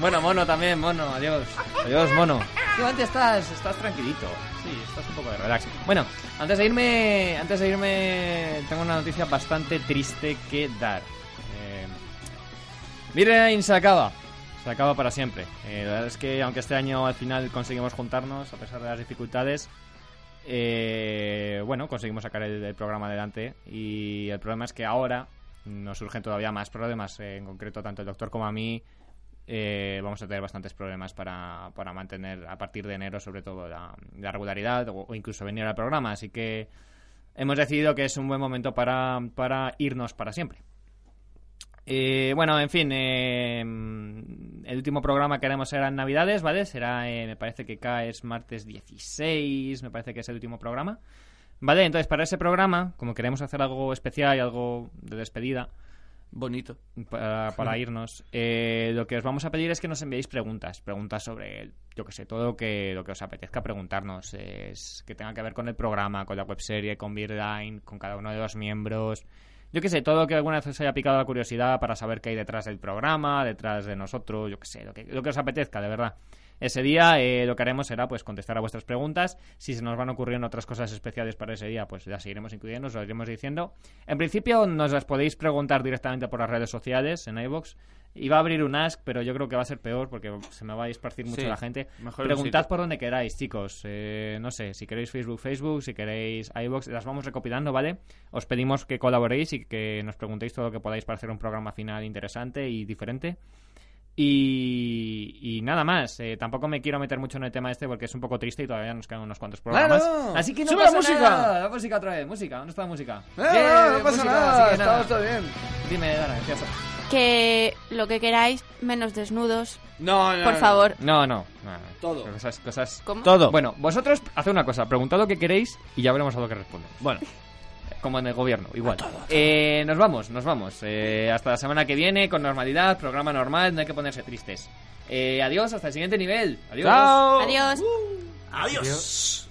Bueno, mono también, mono. Adiós. Adiós, mono. Igualmente estás, estás tranquilito. Sí, estás un poco de relax. Bueno, antes de irme, antes de irme, tengo una noticia bastante triste que dar. Eh, Miren, se acaba. Se acaba para siempre. Eh, la verdad es que aunque este año al final conseguimos juntarnos, a pesar de las dificultades, eh, bueno, conseguimos sacar el, el programa adelante y el problema es que ahora nos surgen todavía más problemas, eh, en concreto tanto el doctor como a mí eh, vamos a tener bastantes problemas para, para mantener a partir de enero sobre todo la, la regularidad o, o incluso venir al programa, así que hemos decidido que es un buen momento para, para irnos para siempre. Eh, bueno, en fin, eh, el último programa que haremos será en Navidades, ¿vale? Será, eh, me parece que cae es martes 16, me parece que es el último programa. Vale, entonces para ese programa, como queremos hacer algo especial y algo de despedida,
Bonito.
para, para irnos, eh, lo que os vamos a pedir es que nos enviéis preguntas. Preguntas sobre, yo que sé, todo lo que, lo que os apetezca preguntarnos. eh, es que tenga que ver con el programa, con la webserie, con Beerline, con cada uno de los miembros. Yo que sé, todo lo que alguna vez os haya picado la curiosidad para saber qué hay detrás del programa, detrás de nosotros, yo que sé, lo que, lo que os apetezca, de verdad. Ese día eh, lo que haremos será pues contestar a vuestras preguntas. Si se nos van ocurriendo otras cosas especiales para ese día, pues las seguiremos incluyendo, os las iremos diciendo. En principio nos las podéis preguntar directamente por las redes sociales en iVoox. Iba a abrir un ask, pero yo creo que va a ser peor porque se me va a disparcir mucho
Sí,
la gente.
mejor un
Preguntad
sitio.
por donde queráis, chicos. Eh, no sé, si queréis Facebook, Facebook, si queréis iVoox, las vamos recopilando, ¿vale? Os pedimos que colaboréis y que nos preguntéis todo lo que podáis para hacer un programa final interesante y diferente. Y, y nada más, eh, tampoco me quiero meter mucho en el tema este porque es un poco triste y todavía nos quedan unos cuantos programas.
¡Claro!
Así que no
¡Sube la
pasa
música!
nada. La música otra vez, música, ¿dónde está la música?
No,
Yeah,
Eh, no, no pasa
música,
nada.
así que
Estamos todo bien.
Dime, Dara, empieza.
Que lo que queráis, menos desnudos,
No, no.
por
no.
favor.
No, no, no, no.
Todo.
Cosas, cosas.
¿Cómo?
Todo. Bueno, vosotros haced una cosa, preguntad lo que queréis y ya veremos a lo que responde. Bueno. Como en el gobierno, igual. Eh, nos vamos, nos vamos. Eh, hasta la semana que viene, con normalidad, programa normal, no hay que ponerse
Oh,
tristes. Eh, adiós, hasta el siguiente nivel. Adiós.
Chao.
Adiós.
¡Adiós!
Adiós.